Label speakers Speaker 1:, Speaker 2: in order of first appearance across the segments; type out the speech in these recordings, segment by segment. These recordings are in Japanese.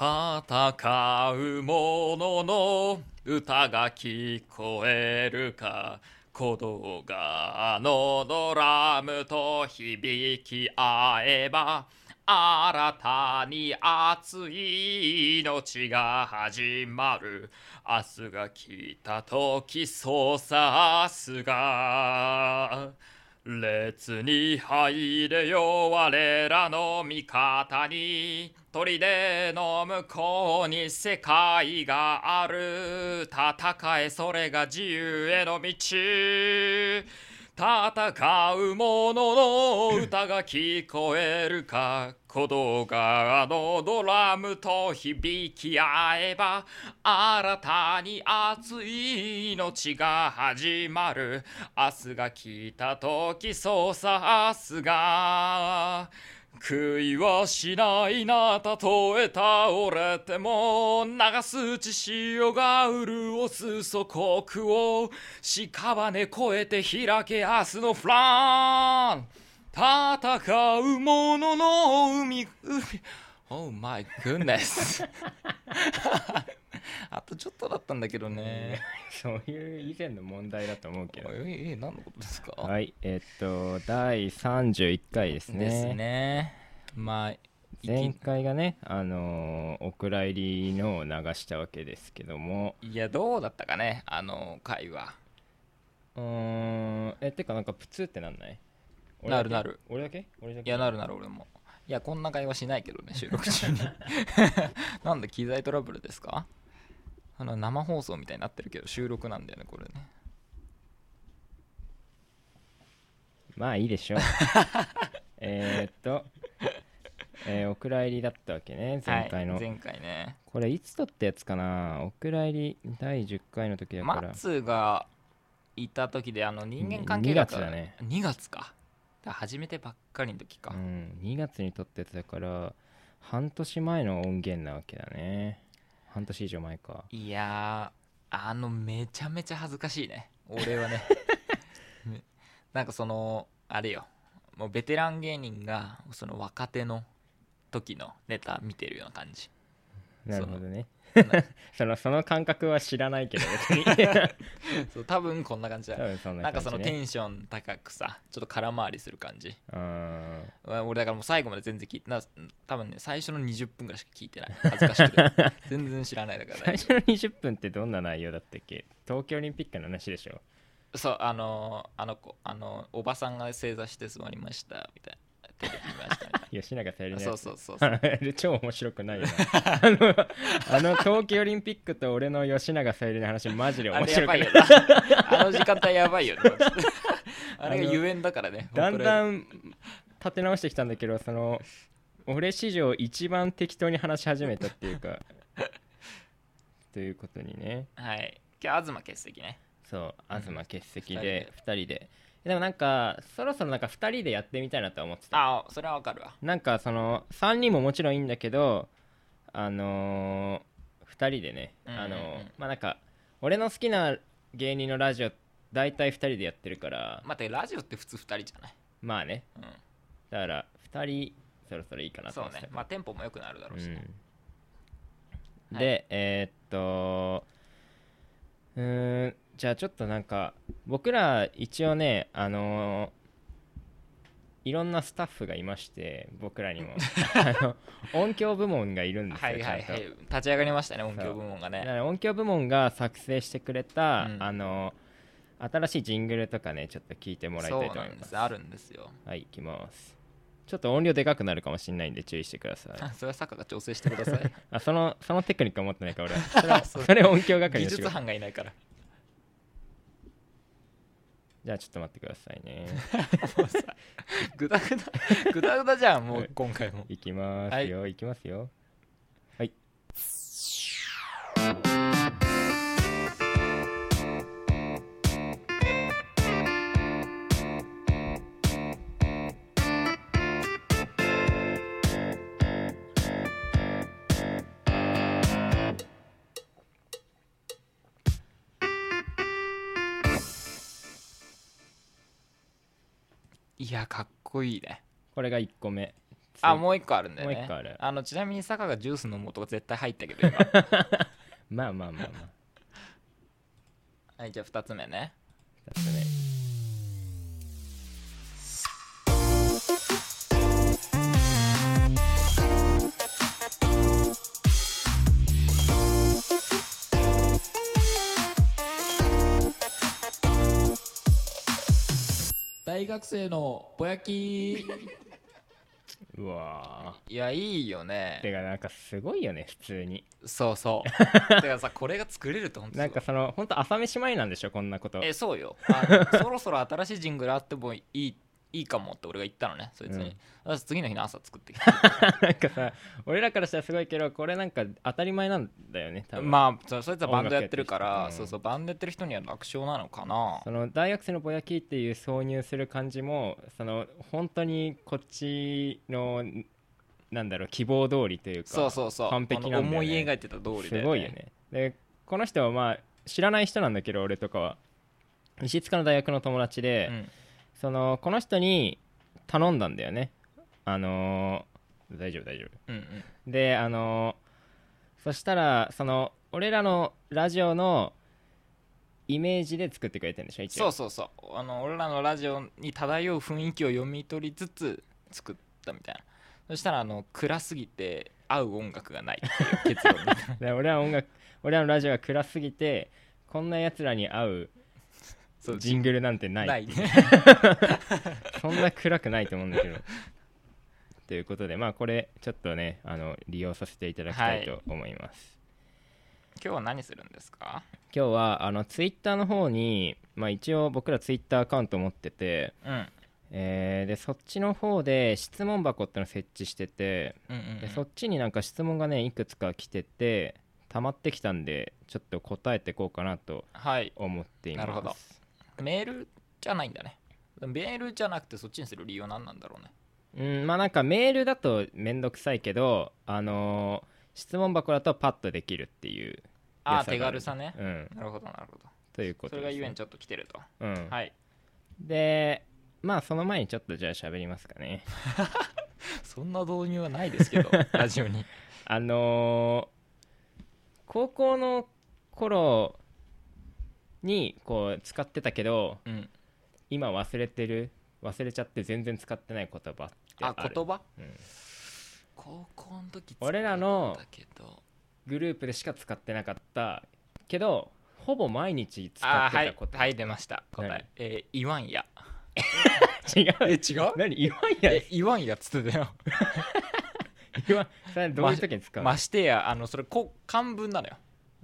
Speaker 1: 戦う者の歌が聞こえるか鼓動があのドラムと響き合えば新たに熱い命が始まる明日が来た時そうさ明日が列に入れよ我らの味方に砦の向こうに世界がある戦えそれが自由への道戦う者の歌が聞こえるか鼓動があのドラムと響き合えば新たに熱い命が始まる明日が来た時そうさ明日が悔いはしないなたとえ倒れても流す血潮が潤す祖国を屍越えて開け明日のフラン戦う者の海海 Oh my goodness あとちょっとだったんだけどね
Speaker 2: そういう以前の問題だと思うけど。
Speaker 1: ええ何のことですか
Speaker 2: はい、えっと、第31回ですね。
Speaker 1: ですねまあいき
Speaker 2: 前回がね、あのーお蔵入りのを流したわけですけども。
Speaker 1: いやどうだったかねあの会話
Speaker 2: うーん、え、てかなんかプツってなんない俺
Speaker 1: な
Speaker 2: だ
Speaker 1: る
Speaker 2: け
Speaker 1: なる
Speaker 2: 俺だけ俺だ
Speaker 1: い
Speaker 2: け
Speaker 1: やなるなる俺もいやこんな会話しないけ どね収録中に なんで機材トラブルですかあの生放送みたいになってるけど収録なんだよねこれね
Speaker 2: まあいいで しょう。えーっと、えーお蔵入りだったわけね、前回の。
Speaker 1: はい、前回ね
Speaker 2: これいつだったやつかなお蔵入り第10回の時だ
Speaker 1: マ
Speaker 2: か
Speaker 1: ッ
Speaker 2: ら。
Speaker 1: ツーがいた時であの人間関
Speaker 2: に
Speaker 1: 係
Speaker 2: 2
Speaker 1: が
Speaker 2: 月だね。
Speaker 1: 2月かだから始めてばっかりの時か、
Speaker 2: うん、2月に撮ったやつだから半年前の音源なわけだね半年以上前か
Speaker 1: いやーあのめちゃめちゃ恥ずかしいね俺は ねねなんかそのあれよもうベテラン芸人がその若手の時のネタ見てるような感 じ
Speaker 2: なるほどね
Speaker 1: な
Speaker 2: そのその感覚は知らないけど別 に多
Speaker 1: そう多分こんな感じだ
Speaker 2: 分そん
Speaker 1: な
Speaker 2: なん
Speaker 1: かそ
Speaker 2: 感じ、
Speaker 1: のテ
Speaker 2: ね、
Speaker 1: ンション高くさちょっと空回りする感じ
Speaker 2: うん
Speaker 1: わ俺だからもう最後まで全然聞いてな多分ね最初の20分ぐらいしか聞いて ない恥ずかしくて全然知らないだから
Speaker 2: 最初の20分ってどんな内容だったっけ東京オリンピックの話でしょ
Speaker 1: そうあのーあの子あのおばさんが正座して座りましたみたいなテレビ見ましたみたい
Speaker 2: 吉永小百
Speaker 1: な
Speaker 2: 合の
Speaker 1: そ
Speaker 2: や
Speaker 1: う
Speaker 2: つ
Speaker 1: そうそうそう
Speaker 2: あれ超面白 くないよなあのあの東京オリンピックと俺の吉永小百合の話マジで
Speaker 1: あ
Speaker 2: 面
Speaker 1: れや
Speaker 2: 白く
Speaker 1: ば
Speaker 2: ないい
Speaker 1: よなあの時間帯やばい よねあれがゆえんだからね
Speaker 2: だん
Speaker 1: ん
Speaker 2: だん立て直してきたんだけどその俺史上一番適当に話し始めたってい うかということにね
Speaker 1: はい今日東欠席ね
Speaker 2: そう
Speaker 1: うん
Speaker 2: 東欠席
Speaker 1: 二人
Speaker 2: で
Speaker 1: で
Speaker 2: 2人ででもなんかそろそろなんか2人でやってみたいなとは思ってた
Speaker 1: ああそれはわかるわ
Speaker 2: なんかその3人ももちろんいいんだけどあのー、2人でね、
Speaker 1: うんうんうん
Speaker 2: あのーまあなんか俺の好きな芸人のラジオ大体2人でやってるから
Speaker 1: 待ってラジオって普通2人じゃない、
Speaker 2: まあね
Speaker 1: うん、
Speaker 2: だから2人そろそろいいかなと
Speaker 1: そ
Speaker 2: 思
Speaker 1: う
Speaker 2: ってた
Speaker 1: ねまあテンポも良くなるだろうし、ね
Speaker 2: うん、で、えーっとうーんじゃあちょっとなんか僕ら一応ねあのーいろんなスタッフがいまして僕らに もあの音響部門がいるんですよ
Speaker 1: はいはい
Speaker 2: ちゃ
Speaker 1: は
Speaker 2: ん
Speaker 1: い
Speaker 2: と
Speaker 1: 立ち上がりましたね音響部門が
Speaker 2: だ
Speaker 1: ね
Speaker 2: から音響部門が作成してくれた、
Speaker 1: うん
Speaker 2: あの新しいジングルとかねちょっと聞いてもらいた
Speaker 1: そう
Speaker 2: いと
Speaker 1: な
Speaker 2: 思い
Speaker 1: ん
Speaker 2: ま
Speaker 1: ですすあるんですよ
Speaker 2: はいいきますちょっと音量でかくなるかもしれないんで注意してく ださい
Speaker 1: それは坂が調整してくださ い
Speaker 2: あそのそのテクニックを持ってないか俺はそれは
Speaker 1: そう
Speaker 2: それ音響係
Speaker 1: 技
Speaker 2: の仕
Speaker 1: 術
Speaker 2: 事
Speaker 1: 班がいない から
Speaker 2: じゃあちょっと待ってください ね
Speaker 1: もうさぐだぐだぐだぐだじゃんもう今回も
Speaker 2: いきますよ、い、きますよはい
Speaker 1: いやかっこいいね
Speaker 2: これが1個目
Speaker 1: あもう一個あるんだよね
Speaker 2: もう一個ある
Speaker 1: のちなみに坂がジュース飲もうとか絶対入ったけど 今
Speaker 2: まあまあまあまあ
Speaker 1: はいじゃあ2つ目ね
Speaker 2: 二つ目
Speaker 1: 大学生のぼやき
Speaker 2: うわ
Speaker 1: いやいいよ
Speaker 2: ーて
Speaker 1: ね
Speaker 2: かなんかすごいよね普通に
Speaker 1: そうそうだ からさこれが作れると本当
Speaker 2: なんかそのほんと朝飯前なんでしょこんなこと
Speaker 1: えそうよあ のそろそろ新しいジングルあってもいいいいかもって俺が言ったのねそいつに、
Speaker 2: うん
Speaker 1: だから次の日の朝作ってきた
Speaker 2: なんかさ俺らからしたらすごいけどこれなんか当たり前なんだよね多分
Speaker 1: まあそそいつはバンドやってるから
Speaker 2: 音楽やってる人うん
Speaker 1: そうそうバンドやってる人には楽勝なのかな
Speaker 2: その大学生のぼやきっていう挿入する感じもその本当にこっちのなんだろう希望通りというか
Speaker 1: そうそうそう
Speaker 2: 完璧なんだよ、ね、
Speaker 1: あの思い描いてた通りで、
Speaker 2: すごいよねでこの人はまあ知らない人なんだけど俺とかは石塚の大学の友達で、
Speaker 1: うん
Speaker 2: そのこの人に頼んだんだよねあのー大丈夫大丈
Speaker 1: う
Speaker 2: 夫
Speaker 1: んうん
Speaker 2: であのそしたらその俺らのラジオのイメージで作ってくれてるんでしょ一
Speaker 1: そ
Speaker 2: 応
Speaker 1: うそうそうあの俺らのラジオに漂う雰囲気を読み取りつつ作ったみたいなそしたらあの暗すぎて合う音楽がないっていう結論に
Speaker 2: で俺らの音楽俺らのラジオが暗すぎてこんなやつらに合う
Speaker 1: そう
Speaker 2: ジングルなんてない
Speaker 1: ないね
Speaker 2: そんな暗くないと思うんだけどということでまあこれちょっとねあの利用させていただきたいと思います、
Speaker 1: 今日は何するんですか
Speaker 2: 今日はあのツイッターの方に、まあ、一応僕らツイッターアカウント持ってて、
Speaker 1: うんうん
Speaker 2: えーでそっちの方で質問箱ってのを設置してて
Speaker 1: うんうん
Speaker 2: でそっちになんか質問がねいくつか来てて溜まってきたんでちょっと答えてこうかなと
Speaker 1: はい
Speaker 2: 思っています
Speaker 1: なるほどメールじゃないんだねメールじゃなくてそっちにする理由は何なんだろうね
Speaker 2: うんまあなんかメールだとめんどくさいけどあのー質問箱だとパッとできるっていう
Speaker 1: あ
Speaker 2: 良
Speaker 1: あ
Speaker 2: さ
Speaker 1: 手
Speaker 2: がある
Speaker 1: 軽さね、
Speaker 2: うん
Speaker 1: なるほどなるほど
Speaker 2: というこ
Speaker 1: そ
Speaker 2: と
Speaker 1: れが
Speaker 2: です
Speaker 1: ゆえ
Speaker 2: ね
Speaker 1: にちょっと来てると、
Speaker 2: うん
Speaker 1: はい
Speaker 2: でまあその前にちょっとじゃあ喋りますかね
Speaker 1: そんな導入はないですけどラジオに
Speaker 2: あのー高校の頃にこう使ってたけど
Speaker 1: うん
Speaker 2: 今忘れてる忘れちゃって全然使ってない言葉ってあ
Speaker 1: あ
Speaker 2: る
Speaker 1: 言葉
Speaker 2: うん
Speaker 1: 高校の時
Speaker 2: 俺らの
Speaker 1: 使ってたけど
Speaker 2: グループでしか使ってなかったけどほぼ毎日使
Speaker 1: あ
Speaker 2: って
Speaker 1: ーはい
Speaker 2: た言葉、
Speaker 1: はい出ました答
Speaker 2: 何
Speaker 1: ええー、言わんや
Speaker 2: 違う
Speaker 1: 違う
Speaker 2: 何言わんや
Speaker 1: え言わんやっつってたよ
Speaker 2: 言わんそれどういう時に使うの、
Speaker 1: ましてやあのそれこ漢文なのよ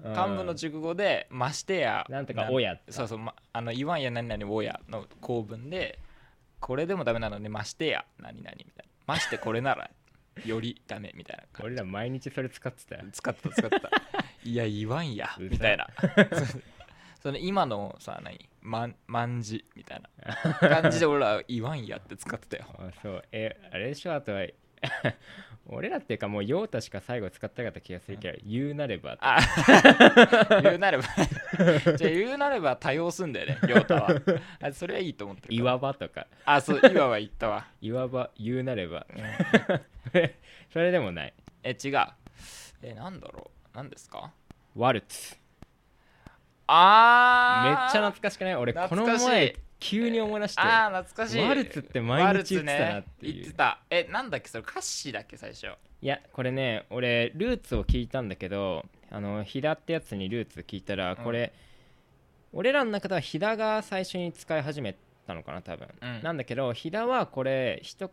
Speaker 2: うん
Speaker 1: 漢文の熟語でましてや
Speaker 2: なんとか親
Speaker 1: そうそう、ま、あの言わんや何々をやの構文でこれでもダメなのでましてや何々みたいなましてこれな らよりダメみたいな感
Speaker 2: 俺ら毎日それ使ってたよ
Speaker 1: じ使ってた使ってたいや言わんや
Speaker 2: うざ
Speaker 1: みたいな そうその今のさ何まん万字みたい な感じで俺らは言わんやって使ってたよ
Speaker 2: あそうえあれでしょあとは 俺らっていうかもう陽太しか最後使ってなかった気がするけど言うなればって
Speaker 1: あ言うなれば じゃあ言うなれば多用すんだよね亮太はあそれはいいと思ってる
Speaker 2: い
Speaker 1: から
Speaker 2: わばとか
Speaker 1: あそう岩は言ったわ
Speaker 2: いわば言うなればそれ それでもない
Speaker 1: え違うえなんだろう何ですか
Speaker 2: ワルツ
Speaker 1: あ
Speaker 2: めっ
Speaker 1: ー
Speaker 2: ちゃ懐かしくない俺こ
Speaker 1: 懐
Speaker 2: の
Speaker 1: かしい
Speaker 2: 前急に思い出して
Speaker 1: あー懐かしい
Speaker 2: ワルツって毎日言ってたなっていう
Speaker 1: ワルツね言ってたえなんだっけそれ歌詞だっけ最初
Speaker 2: いやこれね俺ルーツを聞いたんだけどあの飛騨ってやつにルーツ聞いたら
Speaker 1: うん
Speaker 2: これ、俺らの中では飛騨が最初に使い始めたのかな多分、
Speaker 1: うん
Speaker 2: なんだけど飛騨はこれ人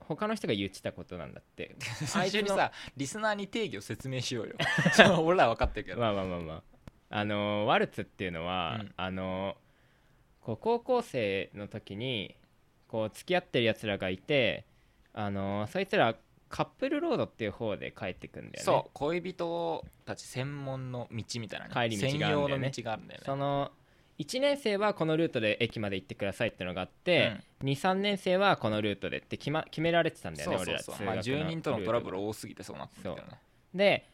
Speaker 2: 他の人が言ってたことなんだって
Speaker 1: 最初にさリスナーに定義を説明しようよ そう俺らは分かってるけど、
Speaker 2: まあまあまあまああのーワルツっていうのは、
Speaker 1: うん
Speaker 2: あのーこう高校生の時にこう付き合ってるやつらがいてあのーそいつらカップルロードっていう方で帰ってくんだよね
Speaker 1: そう恋人たち専門の道みたいなね、
Speaker 2: 帰り道があるんだよ
Speaker 1: 専用の
Speaker 2: ね
Speaker 1: 道があるんだよね
Speaker 2: その1年生はこのルートで駅まで行ってくださいってのがあって、23年生はこのルートでって決,、ま、決められてたんだよ
Speaker 1: そ
Speaker 2: ね
Speaker 1: うそうそう、まあ、
Speaker 2: 俺ら通学
Speaker 1: 住
Speaker 2: の
Speaker 1: 人とのトラブル
Speaker 2: ルー
Speaker 1: 多すぎてそうなってたよね
Speaker 2: トで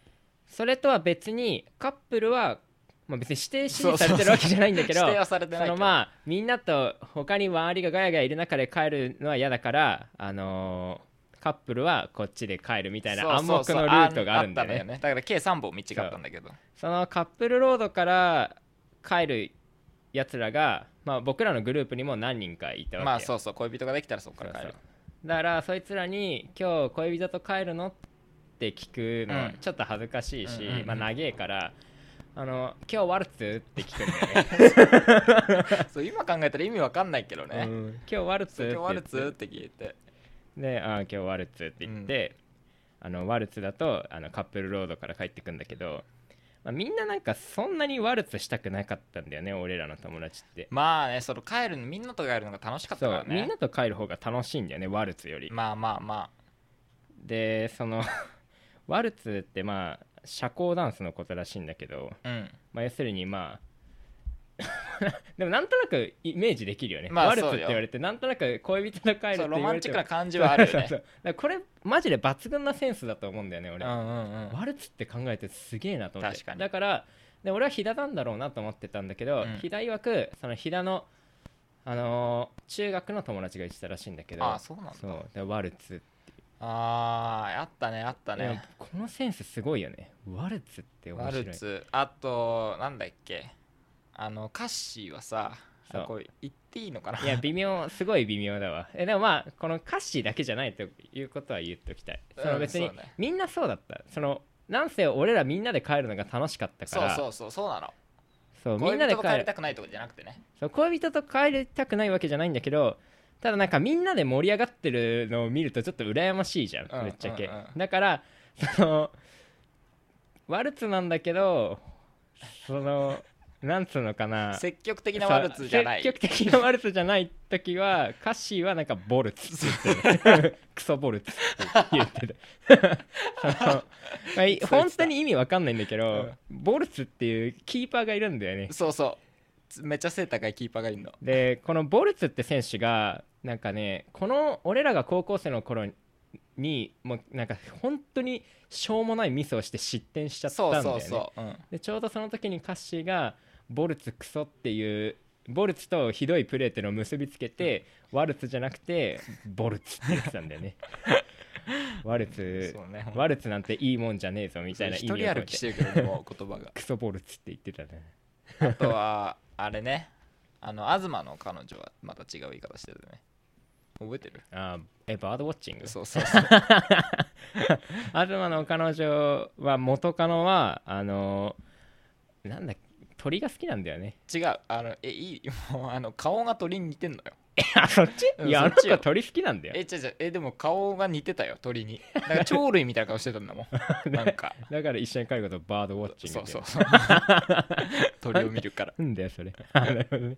Speaker 2: それとは別にカップルは、まあ、別に指定指示されてるわけじゃないんだけ
Speaker 1: 指
Speaker 2: ど
Speaker 1: 定はされてない
Speaker 2: そ
Speaker 1: けど
Speaker 2: のまあみんなと他に周りがガヤガヤいる中で帰るのは嫌だからあのーカップルはこっちで帰るみたい
Speaker 1: そう
Speaker 2: な暗
Speaker 1: そう
Speaker 2: 黙
Speaker 1: そう
Speaker 2: のルートがあるんだよ
Speaker 1: あ
Speaker 2: ね
Speaker 1: ったのよだから計3本道があったんだけど
Speaker 2: そのカップルロードから帰るやつらが、まあ、僕らのグループにも何人かいたわけよ
Speaker 1: まあそうそう恋人ができたらそこか
Speaker 2: そう
Speaker 1: ら
Speaker 2: そ
Speaker 1: 帰
Speaker 2: う
Speaker 1: る
Speaker 2: だからそいつらに「今日恋人と帰るの?」って聞くのは
Speaker 1: うん
Speaker 2: ちょっと恥ずかしい
Speaker 1: う
Speaker 2: し、
Speaker 1: んうんうん
Speaker 2: まあ長えから「あの今日ワルツ?」って聞くんだよね
Speaker 1: そう今考えたら意味わかんないけど
Speaker 2: う
Speaker 1: ね
Speaker 2: ん今日ワルツ
Speaker 1: それワルツ
Speaker 2: って言
Speaker 1: っ
Speaker 2: って
Speaker 1: 聞いて
Speaker 2: であー今日ワルツって言って、あのワルツだとあのカップルロードから帰ってくんだけど、まあ、みんななんかそんなにワルツしたくなかったんだよね俺らの友達って、
Speaker 1: まあねその帰るのみんなと帰るのが楽しかった
Speaker 2: そ
Speaker 1: から
Speaker 2: うみん
Speaker 1: ね
Speaker 2: なと帰る方が楽しいんだよねワルツより、
Speaker 1: まあまあま
Speaker 2: でそのワルツってまあ社交ダンスのことらしいんだけど、
Speaker 1: あうん
Speaker 2: まあ、要するにまあ でもなんとなくイメージできるよね、
Speaker 1: まあ
Speaker 2: ワルツっ
Speaker 1: そう
Speaker 2: て
Speaker 1: よ
Speaker 2: 言われてなんとなく恋人と帰るって
Speaker 1: そう
Speaker 2: 言
Speaker 1: ロ
Speaker 2: わ
Speaker 1: マ
Speaker 2: れ
Speaker 1: ンチ
Speaker 2: て
Speaker 1: ック
Speaker 2: も
Speaker 1: な感じはあるよ
Speaker 2: そう
Speaker 1: ね
Speaker 2: そうそうだからこれマジで抜群なセンスだと思うんだよね
Speaker 1: うん
Speaker 2: 俺、
Speaker 1: うんうん
Speaker 2: ワルツって考えてすげえなと思って
Speaker 1: 確かに
Speaker 2: だからで俺は飛騨なんだろうなと思ってたんだけど、
Speaker 1: うん
Speaker 2: 飛騨曰くその飛騨の、あのー中学の友達が言ってたらしいんだけど
Speaker 1: ああそうなんだ
Speaker 2: そうでワルツ
Speaker 1: あーあったねあった
Speaker 2: い
Speaker 1: ね
Speaker 2: やこのセンスすごいよねワルツって面
Speaker 1: ワ
Speaker 2: 白い
Speaker 1: ルツあとなんだっけあのカッシーはさ
Speaker 2: そう
Speaker 1: あこれ言っていいのかない
Speaker 2: や微妙すごい微妙だわえでもまあこの歌詞だけじゃないということは言っときたいその別に、
Speaker 1: うんそうね
Speaker 2: みんなそうだったそのなんせ俺らみんなで帰るのが楽しかった か
Speaker 1: そう
Speaker 2: ら
Speaker 1: そうそうそうなの
Speaker 2: そうみ
Speaker 1: 恋
Speaker 2: んなで
Speaker 1: 人
Speaker 2: 帰
Speaker 1: と帰り
Speaker 2: る
Speaker 1: たくないとかじゃなくてね
Speaker 2: そう恋人と帰りたくないわけじゃないんだけどただなんかみんなで盛り上がってるのを見るとちょっと羨ましいじゃん、
Speaker 1: うん
Speaker 2: ぶっちゃけ、
Speaker 1: うんうん
Speaker 2: だからそのワルツなんだけどそのなんつうのかな
Speaker 1: 積極的なワルツじゃない
Speaker 2: そう積極的なワルツじゃない時はカッシーはなんかボルツって言ってる、 クソボルツって言ってるその、まあい
Speaker 1: てた
Speaker 2: 本当に意味わかんないんだけど、
Speaker 1: う
Speaker 2: ボルツっていうキーパーがいるんだよね
Speaker 1: そうそうめっちゃ背高いキーパーがいるの
Speaker 2: でこのボルツって選手がなんかねこの俺らが高校生の頃にもうなんか本当にしょうもないミスをして失点しちゃったんだ
Speaker 1: そう
Speaker 2: よね
Speaker 1: そうそう、うん、
Speaker 2: でちょうどその時にカッシーがボルツクソっていうボルツとひどいプレーっていうのを結びつけて、ワルツじゃなくてボルツって言ってたんだ よねワルツ
Speaker 1: そうね
Speaker 2: ワルツなんていいもんじゃねえぞみたいな
Speaker 1: 一人
Speaker 2: を込
Speaker 1: 歩
Speaker 2: め
Speaker 1: き
Speaker 2: て
Speaker 1: してるけどねもう言葉が
Speaker 2: クソボルツって言ってたね
Speaker 1: あとはあれねあの東の彼女はまた違う言い方してるね覚えてる
Speaker 2: あーえバードウォッチング
Speaker 1: そうそうそう
Speaker 2: 東の彼女は元カノはあのーなんだ鳥が好きなんだよね
Speaker 1: 違うあのえい いもうあの顔が鳥に似てんのよ
Speaker 2: あそっち
Speaker 1: うん
Speaker 2: いやあの
Speaker 1: そっち
Speaker 2: 子
Speaker 1: よ
Speaker 2: は鳥好きなんだよ
Speaker 1: え違う違うえでも顔が似てたよ鳥にだから鳥類みたいな顔してたんだもん なんか
Speaker 2: だから一緒に帰ることをバードウォッチング
Speaker 1: そ
Speaker 2: っ
Speaker 1: う
Speaker 2: て
Speaker 1: そう そう鳥を見るから
Speaker 2: なんだ よそれあなるほどね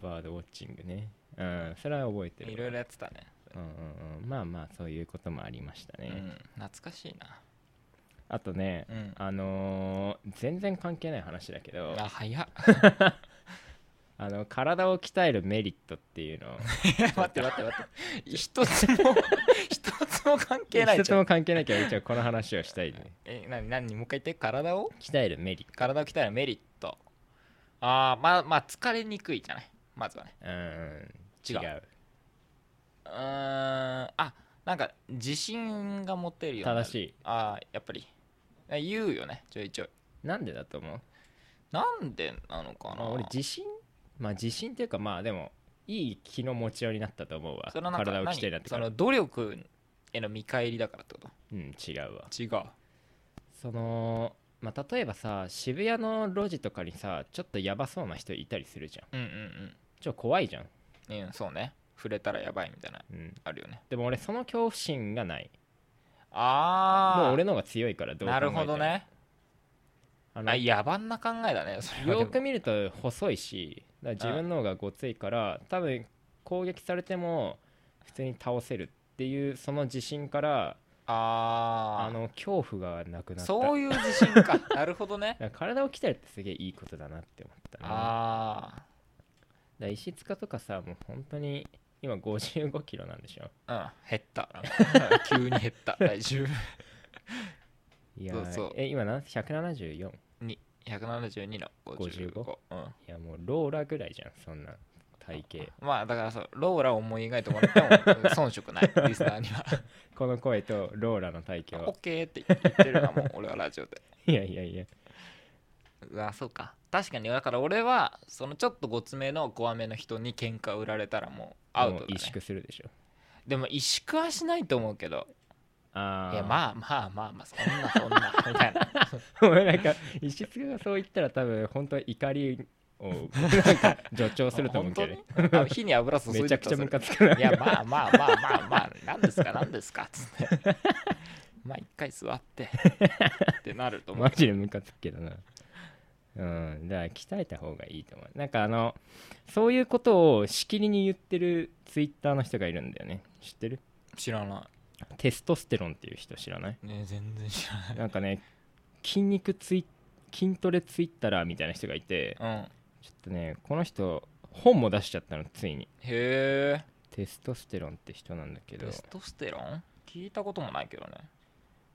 Speaker 2: バードウォッチングねうんそれは覚えてる
Speaker 1: いろいろやってたね、
Speaker 2: うんうんうんまあまあそういうこともありましたね、
Speaker 1: うん、懐かしいな
Speaker 2: あとね、
Speaker 1: うん
Speaker 2: あのー全然関係ない話だけど
Speaker 1: あ早っ
Speaker 2: あの体を鍛えるメリットっていうの を
Speaker 1: 待って待って待って 一つも一つも関係ない
Speaker 2: 一
Speaker 1: じ
Speaker 2: つ
Speaker 1: ゃん
Speaker 2: も関係ないけど一応この話をしたい ね
Speaker 1: え何何もう一回言って体を
Speaker 2: 鍛えるメリッ
Speaker 1: 体を鍛えるメリットああまあまあ疲れにくいじゃないまずはね
Speaker 2: トうん
Speaker 1: 違ううーんあなんか自信が持てるようになる
Speaker 2: 正しい
Speaker 1: ああやっぱりえ言うよねちょいちょい
Speaker 2: なんでだと思う
Speaker 1: なんでなのか
Speaker 2: ま
Speaker 1: な
Speaker 2: あ俺自信まあ自信っていうかまあでもいい気の持ちようになったと思うわ
Speaker 1: それはなんか
Speaker 2: 体を
Speaker 1: 何
Speaker 2: 鍛えるなって
Speaker 1: そ
Speaker 2: から
Speaker 1: の努力への見返りだからってこ
Speaker 2: うん違うわ
Speaker 1: と違う
Speaker 2: その、まあ、例えばさ渋谷の路地とかにさちょっとやばそうな人いたりするじゃん
Speaker 1: うんうん
Speaker 2: ちょっと怖いじゃん、
Speaker 1: うんうんそうね触れたらやばいみたいな
Speaker 2: うん、
Speaker 1: あるよね
Speaker 2: でも俺その恐怖心がない
Speaker 1: ああ
Speaker 2: もう俺の方が強いからどう考え
Speaker 1: な
Speaker 2: て
Speaker 1: る
Speaker 2: も
Speaker 1: ほどね
Speaker 2: あ
Speaker 1: あ
Speaker 2: の
Speaker 1: 野蛮な考えだねそれは
Speaker 2: よく見ると細いしだから自分の方がごついから多分攻撃されても普通に倒せるっていうその自信からあ
Speaker 1: あ
Speaker 2: の恐怖がなく
Speaker 1: あ
Speaker 2: なった
Speaker 1: そういう自信 かなるほどね
Speaker 2: だから体を鍛えるってすげえいいことだなって思ったね
Speaker 1: あ
Speaker 2: だから石塚とかさもう本当に今55キロなんでしょ
Speaker 1: あうん減った 急に減った体 重
Speaker 2: いや
Speaker 1: そうそう
Speaker 2: え今な 174? い
Speaker 1: 172の55
Speaker 2: 55
Speaker 1: うん
Speaker 2: やもうローラぐらいじゃんそんなん体型
Speaker 1: まあだからそうローラを思い描いてもらっても遜色 ないリスナーには
Speaker 2: この声とローラの体型
Speaker 1: オ
Speaker 2: は
Speaker 1: ッケーって言ってるのはもう俺はラジオで
Speaker 2: いやいやいや
Speaker 1: うわそうか確かにだから俺はそのちょっとごつめのごわめの人に喧嘩売られたらもうアウトだ、
Speaker 2: もう
Speaker 1: ね
Speaker 2: 萎、縮するでしょ
Speaker 1: でも萎縮はしないと思うけど
Speaker 2: あ
Speaker 1: いや
Speaker 2: あ
Speaker 1: まあまあまあまあそんなそんなみたい な
Speaker 2: 俺なんか石塚がそう言ったら多分本当に怒りをなんか助長すると思うけどね
Speaker 1: 本当にあ火に油注いで
Speaker 2: めちゃくちゃム
Speaker 1: か
Speaker 2: カつくない
Speaker 1: やまあまあまあまあまあ何ですか何ですかっつってまあ一回座ってってなると思
Speaker 2: マ
Speaker 1: う
Speaker 2: ジでムカつくけどなうんだから鍛えた方がいいと思うなんかあのそういうことをしきりに言ってるツイッターの人がいるんだよね知ってる
Speaker 1: 知らな
Speaker 2: テストステロンっていう人知らない
Speaker 1: いね全然知ら
Speaker 2: なんかね筋肉ツイ筋トレツイッターみたいな人がいて
Speaker 1: ないうん
Speaker 2: ちょっとねこの人本も出しちゃったのついに
Speaker 1: へえ
Speaker 2: テストステロンって人なんだけど
Speaker 1: テストステロン聞いたこともないけどね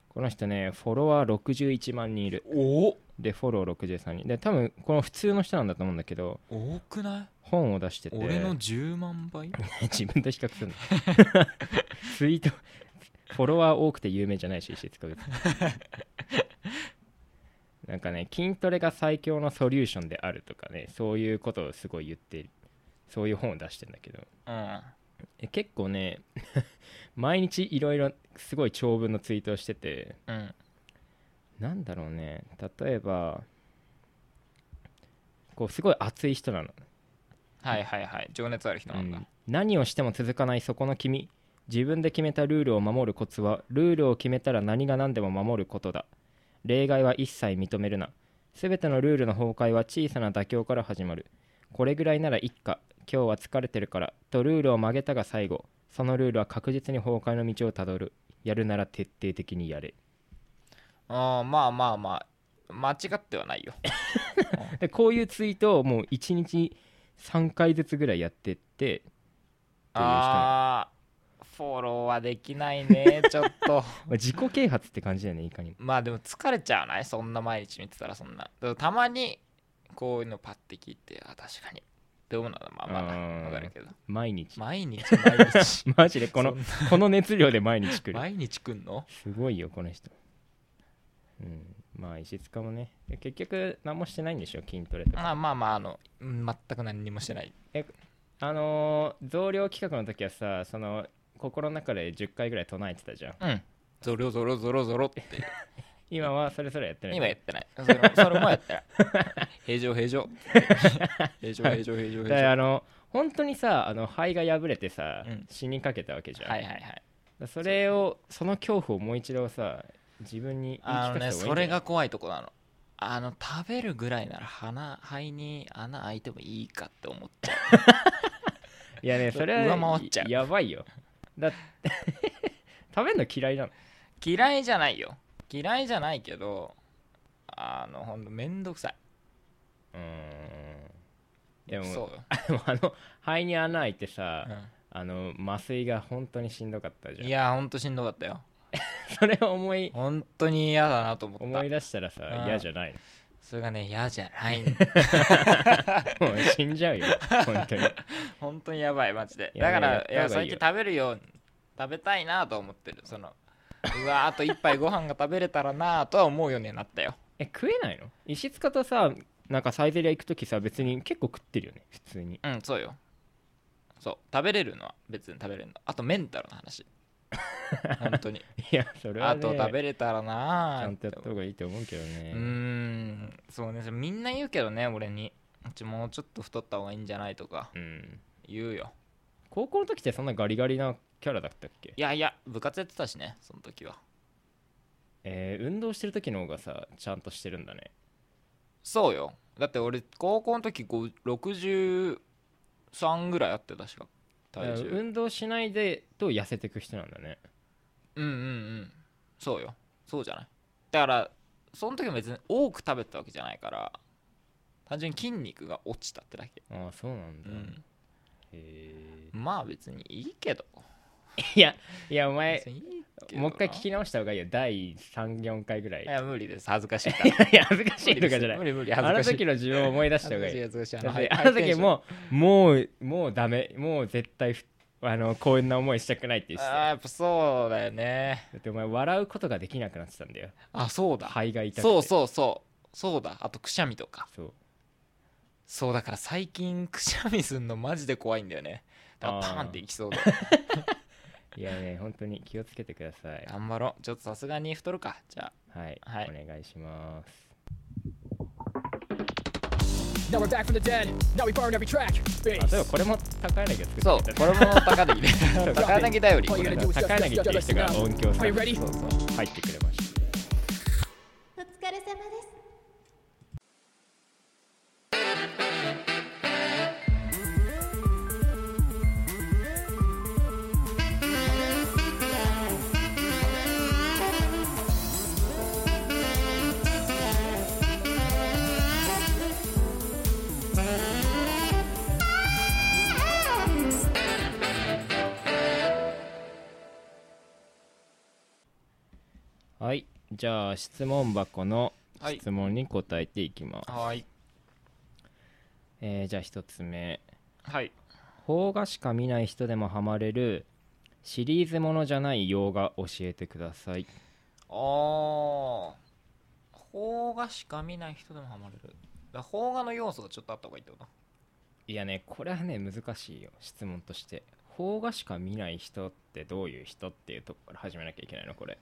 Speaker 2: この人ねフォロワー61万人いる
Speaker 1: お
Speaker 2: でフォロー63人で多分この普通の人なんだと思うんだけど
Speaker 1: 多くない
Speaker 2: 本を出してて
Speaker 1: 俺の10万倍
Speaker 2: 自分と比較するのツイートフォロワー多くて有名じゃないし石塚別になんかね筋トレが最強のソリューションであるとかねそういうことをすごい言ってるそういう本を出してんだけど
Speaker 1: うん
Speaker 2: え結構ね 毎日いろいろすごい長文のツイートをしてて
Speaker 1: うん
Speaker 2: なんだろうね例えばこうすごい熱い人なの
Speaker 1: はいはいはい情熱ある人なんだ、
Speaker 2: うん何をしても続かないそこの君自分で決めたルールを守るコツはルールを決めたら何が何でも守ることだ例外は一切認めるな全てのルールの崩壊は小さな妥協から始まるこれぐらいならいっか今日は疲れてるからとルールを曲げたが最後そのルールは確実に崩壊の道をたどるやるなら徹底的にやれ
Speaker 1: あーまあまあまあ間違ってはないよ
Speaker 2: でこういうツイートをもう1日3回ずつぐらいやってって人
Speaker 1: ああフォローはできない ねちょっと
Speaker 2: まあ自己啓発って感じだよねいかにも
Speaker 1: まあでも疲れちゃわないそんな毎日見てたらそんなでもたまにこういうのパッて聞いてあ確かにって思うのはまあま
Speaker 2: う
Speaker 1: あ
Speaker 2: ん
Speaker 1: わかるけど
Speaker 2: 毎日
Speaker 1: 毎日毎日
Speaker 2: マジでこの
Speaker 1: そんな
Speaker 2: この熱量で毎日来る
Speaker 1: 毎日来んの
Speaker 2: すごいよこの人うんまあ石塚もね結局何もしてないんでしょ筋トレとか
Speaker 1: まあまあまああのうん全く何にもしてない
Speaker 2: あのー増量企画の時はさその心の中で10回ぐらい唱えてたじゃん
Speaker 1: うんゾロゾロゾロゾロって
Speaker 2: 今はそれそれやってる
Speaker 1: 今やってないそれそれもやってない平常平常平常平常平常平常
Speaker 2: だからあの本当にさあの肺が破れてさ、
Speaker 1: うん
Speaker 2: 死にかけたわけじゃん、
Speaker 1: はいはいはい
Speaker 2: それをその恐怖をもう一度さ自分に言い聞
Speaker 1: あのね
Speaker 2: かせた方
Speaker 1: そ
Speaker 2: がい
Speaker 1: れ
Speaker 2: いんじゃない
Speaker 1: が怖いとこなのあの食べるぐらいなら鼻肺に穴開いてもいいかって思っちゃ
Speaker 2: いやねそれは
Speaker 1: 上回っちゃう
Speaker 2: やばいよだって 食べるの嫌いなの
Speaker 1: う嫌いじゃないよ嫌いじゃないけどあのほんとめんどくさいう
Speaker 2: ーんでも
Speaker 1: そう
Speaker 2: でもあ の肺に穴開いて
Speaker 1: よ
Speaker 2: さ、、あの麻酔が本当にしんどかったじ
Speaker 1: う
Speaker 2: ゃ
Speaker 1: ん、
Speaker 2: ん
Speaker 1: いやほんとしんどかったよ
Speaker 2: それを思い
Speaker 1: ほんとに嫌だなと思った
Speaker 2: 思い出したらさ
Speaker 1: うん
Speaker 2: 嫌じゃない
Speaker 1: それがね嫌じゃないの
Speaker 2: の もう死んじゃうよ本当に
Speaker 1: ほんとにやばいマジで
Speaker 2: いや
Speaker 1: だか
Speaker 2: いや
Speaker 1: ら
Speaker 2: やっ
Speaker 1: いや
Speaker 2: た方が
Speaker 1: 最
Speaker 2: いいよ
Speaker 1: 近食べるように食べたいなと思ってるそのうわーあと一杯ご飯が食べれたらなとは思うようになったよ
Speaker 2: え食えないの石塚とさなんかサイゼリア行く時さ別に結構食ってるよね普通に
Speaker 1: うんそうよそう食べれるのは別に食べれるのあとメンタルの話本当 に
Speaker 2: いやそれは、
Speaker 1: あ
Speaker 2: ね、
Speaker 1: と食べれたらな
Speaker 2: ち
Speaker 1: あ
Speaker 2: ゃんとやった方がいいと思うけど
Speaker 1: う
Speaker 2: ね、
Speaker 1: ーんそうねみんな言うけどね俺にうちもうちょっと太った方がいいんじゃないとか
Speaker 2: うん
Speaker 1: 言うよ
Speaker 2: 高校の時ってそんなガリガリなキャラだったっけ
Speaker 1: いやいや部活やってたしねその時は
Speaker 2: えー運動してる時の方がさちゃんとしてるんだね
Speaker 1: そうよだって俺高校の時5 63ぐらいあって確か体
Speaker 2: だ
Speaker 1: 重
Speaker 2: から
Speaker 1: うん
Speaker 2: 運動しないでと痩せてく人なんだね
Speaker 1: うんうんそうよそうじゃないだからその時も別に多く食べてたわけじゃないから単純に筋肉が落ちたってだけ、
Speaker 2: ああそうなん
Speaker 1: う
Speaker 2: だ、
Speaker 1: ん、
Speaker 2: へえ
Speaker 1: まあ別にいいけど
Speaker 2: いやいやお前
Speaker 1: 別にいいけどな
Speaker 2: もう一回聞き直した方がいいよ第34回ぐらい
Speaker 1: い
Speaker 2: いや
Speaker 1: や無理です恥ずかしいから
Speaker 2: 恥ずかしいとかじゃな い
Speaker 1: 無理無理
Speaker 2: あ
Speaker 1: 恥
Speaker 2: の
Speaker 1: ずかし
Speaker 2: 時
Speaker 1: い
Speaker 2: の自分を思い出した
Speaker 1: 恥ず
Speaker 2: 方が
Speaker 1: か
Speaker 2: い
Speaker 1: しい
Speaker 2: い
Speaker 1: 恥ずかしい
Speaker 2: だって
Speaker 1: ハ
Speaker 2: あ
Speaker 1: イ
Speaker 2: の
Speaker 1: ハイテ
Speaker 2: 時
Speaker 1: ンション
Speaker 2: もうもうもうダメもう絶対ふあのこんな思いしたくないって言ってた
Speaker 1: あー
Speaker 2: よ
Speaker 1: やっぱそうだよね
Speaker 2: だってお前笑うことができなくなってたんだよ
Speaker 1: あそうだ
Speaker 2: 肺が痛くて
Speaker 1: そうそうそうそうだあとくしゃみとか
Speaker 2: そう
Speaker 1: そうだから最近くしゃみすんのマジで怖いんだよねだから
Speaker 2: あー
Speaker 1: パンっていきそうで
Speaker 2: いやね本当に気をつけてください
Speaker 1: 頑張ろうちょっとさすがに太るかじゃ
Speaker 2: はい、
Speaker 1: はい
Speaker 2: お願いします。
Speaker 3: Now we're back from the dead. Now we burn every track.
Speaker 2: あ、そうい
Speaker 3: Bass.
Speaker 2: えばこれも高柳が作っ
Speaker 1: あ
Speaker 2: て
Speaker 1: そう
Speaker 2: くれ
Speaker 1: これも高 柳ね高柳だよりこ
Speaker 3: All you
Speaker 1: れ
Speaker 3: gotta
Speaker 1: だ
Speaker 3: do
Speaker 2: た
Speaker 3: is
Speaker 2: 高柳って
Speaker 3: just, just,
Speaker 2: いう
Speaker 3: just,
Speaker 2: 人が
Speaker 3: just,
Speaker 2: 音響さ
Speaker 3: Are you
Speaker 2: ん
Speaker 3: ready?
Speaker 1: そうそう
Speaker 2: 入ってくれました。
Speaker 4: お疲れ様です。
Speaker 2: はい、じゃあ質問箱の
Speaker 1: はい
Speaker 2: 質問に答えていきます。
Speaker 1: はい
Speaker 2: えーじゃあ一つ目、
Speaker 1: はい
Speaker 2: 邦画しか見ない人でもハマれるシリーズものじゃない洋画教えてください。
Speaker 1: あー邦画しか見ない人でもハマれるだから邦画の要素がちょっとあった方がいいってこと
Speaker 2: いやね、これはね難しいよ質問として。邦画しか見ない人ってどういう人っていうとこから始めなきゃいけないのこれ。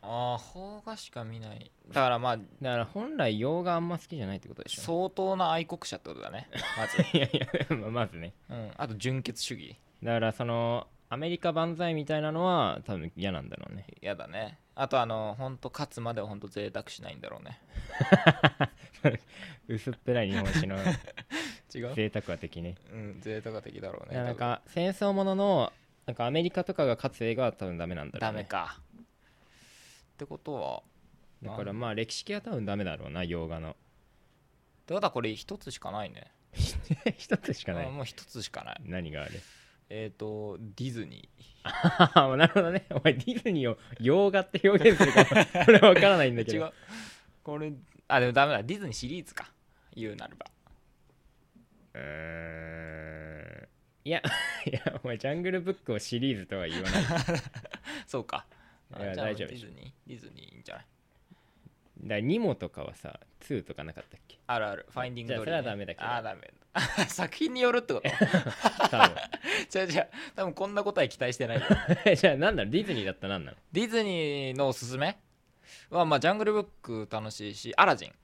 Speaker 1: ああ邦画しか見ないだからまあ
Speaker 2: だから本来洋画あんま好きじゃないってことでしょ。
Speaker 1: 相当な愛国者ってことだねまず、
Speaker 2: いやいや、まあまずね。
Speaker 1: うん、あと純血主義
Speaker 2: だからそのアメリカ万歳みたいなのは多分嫌なんだろうね
Speaker 1: やだねあとあのほんと勝つまではほんと贅沢しないんだろうね
Speaker 2: 薄っぺらい日本史の
Speaker 1: 違う
Speaker 2: 贅沢は的ね
Speaker 1: うん贅沢的だろう
Speaker 2: い
Speaker 1: ね
Speaker 2: やなんか戦争もののなんかアメリカとかが勝つ映画は多分ダメなんだ
Speaker 1: 多分
Speaker 2: ろ
Speaker 1: ダ
Speaker 2: うね
Speaker 1: メかってことは
Speaker 2: だからまあ歴史系は多分ダメだろ うな洋画の
Speaker 1: ってことはこれ一つしかないね
Speaker 2: 一つしかな
Speaker 1: あー
Speaker 2: い
Speaker 1: もう一つしかない
Speaker 2: 何がある
Speaker 1: えっ、ー、とディズニー
Speaker 2: ああ なるほどねお前ディズニーを洋画って表現するからこれわからないんだ け
Speaker 1: 違う
Speaker 2: ど
Speaker 1: これあでもダメだディズニーシリーズか言うならば
Speaker 2: うーんいや いやお前ジャングルブックをシリーズとは言わない
Speaker 1: そうかあ
Speaker 2: いや
Speaker 1: じゃあ
Speaker 2: 大丈夫
Speaker 1: ディ
Speaker 2: でしょ
Speaker 1: ズニーディズニーいいんじゃない
Speaker 2: だからニモとかはさ2とかなかったっけ
Speaker 1: あるあるファインディング
Speaker 2: じゃ
Speaker 1: ド
Speaker 2: あ
Speaker 1: リー、
Speaker 2: それはダメだけど
Speaker 1: あーダメだ作品によるってこと
Speaker 2: 多分
Speaker 1: じゃあじゃあ多分こんな答え期待してないよ
Speaker 2: じゃあ何なのディズニーだったら何なの
Speaker 1: ディズニーのおすすめはまあジャングルブック楽しいしアラジン、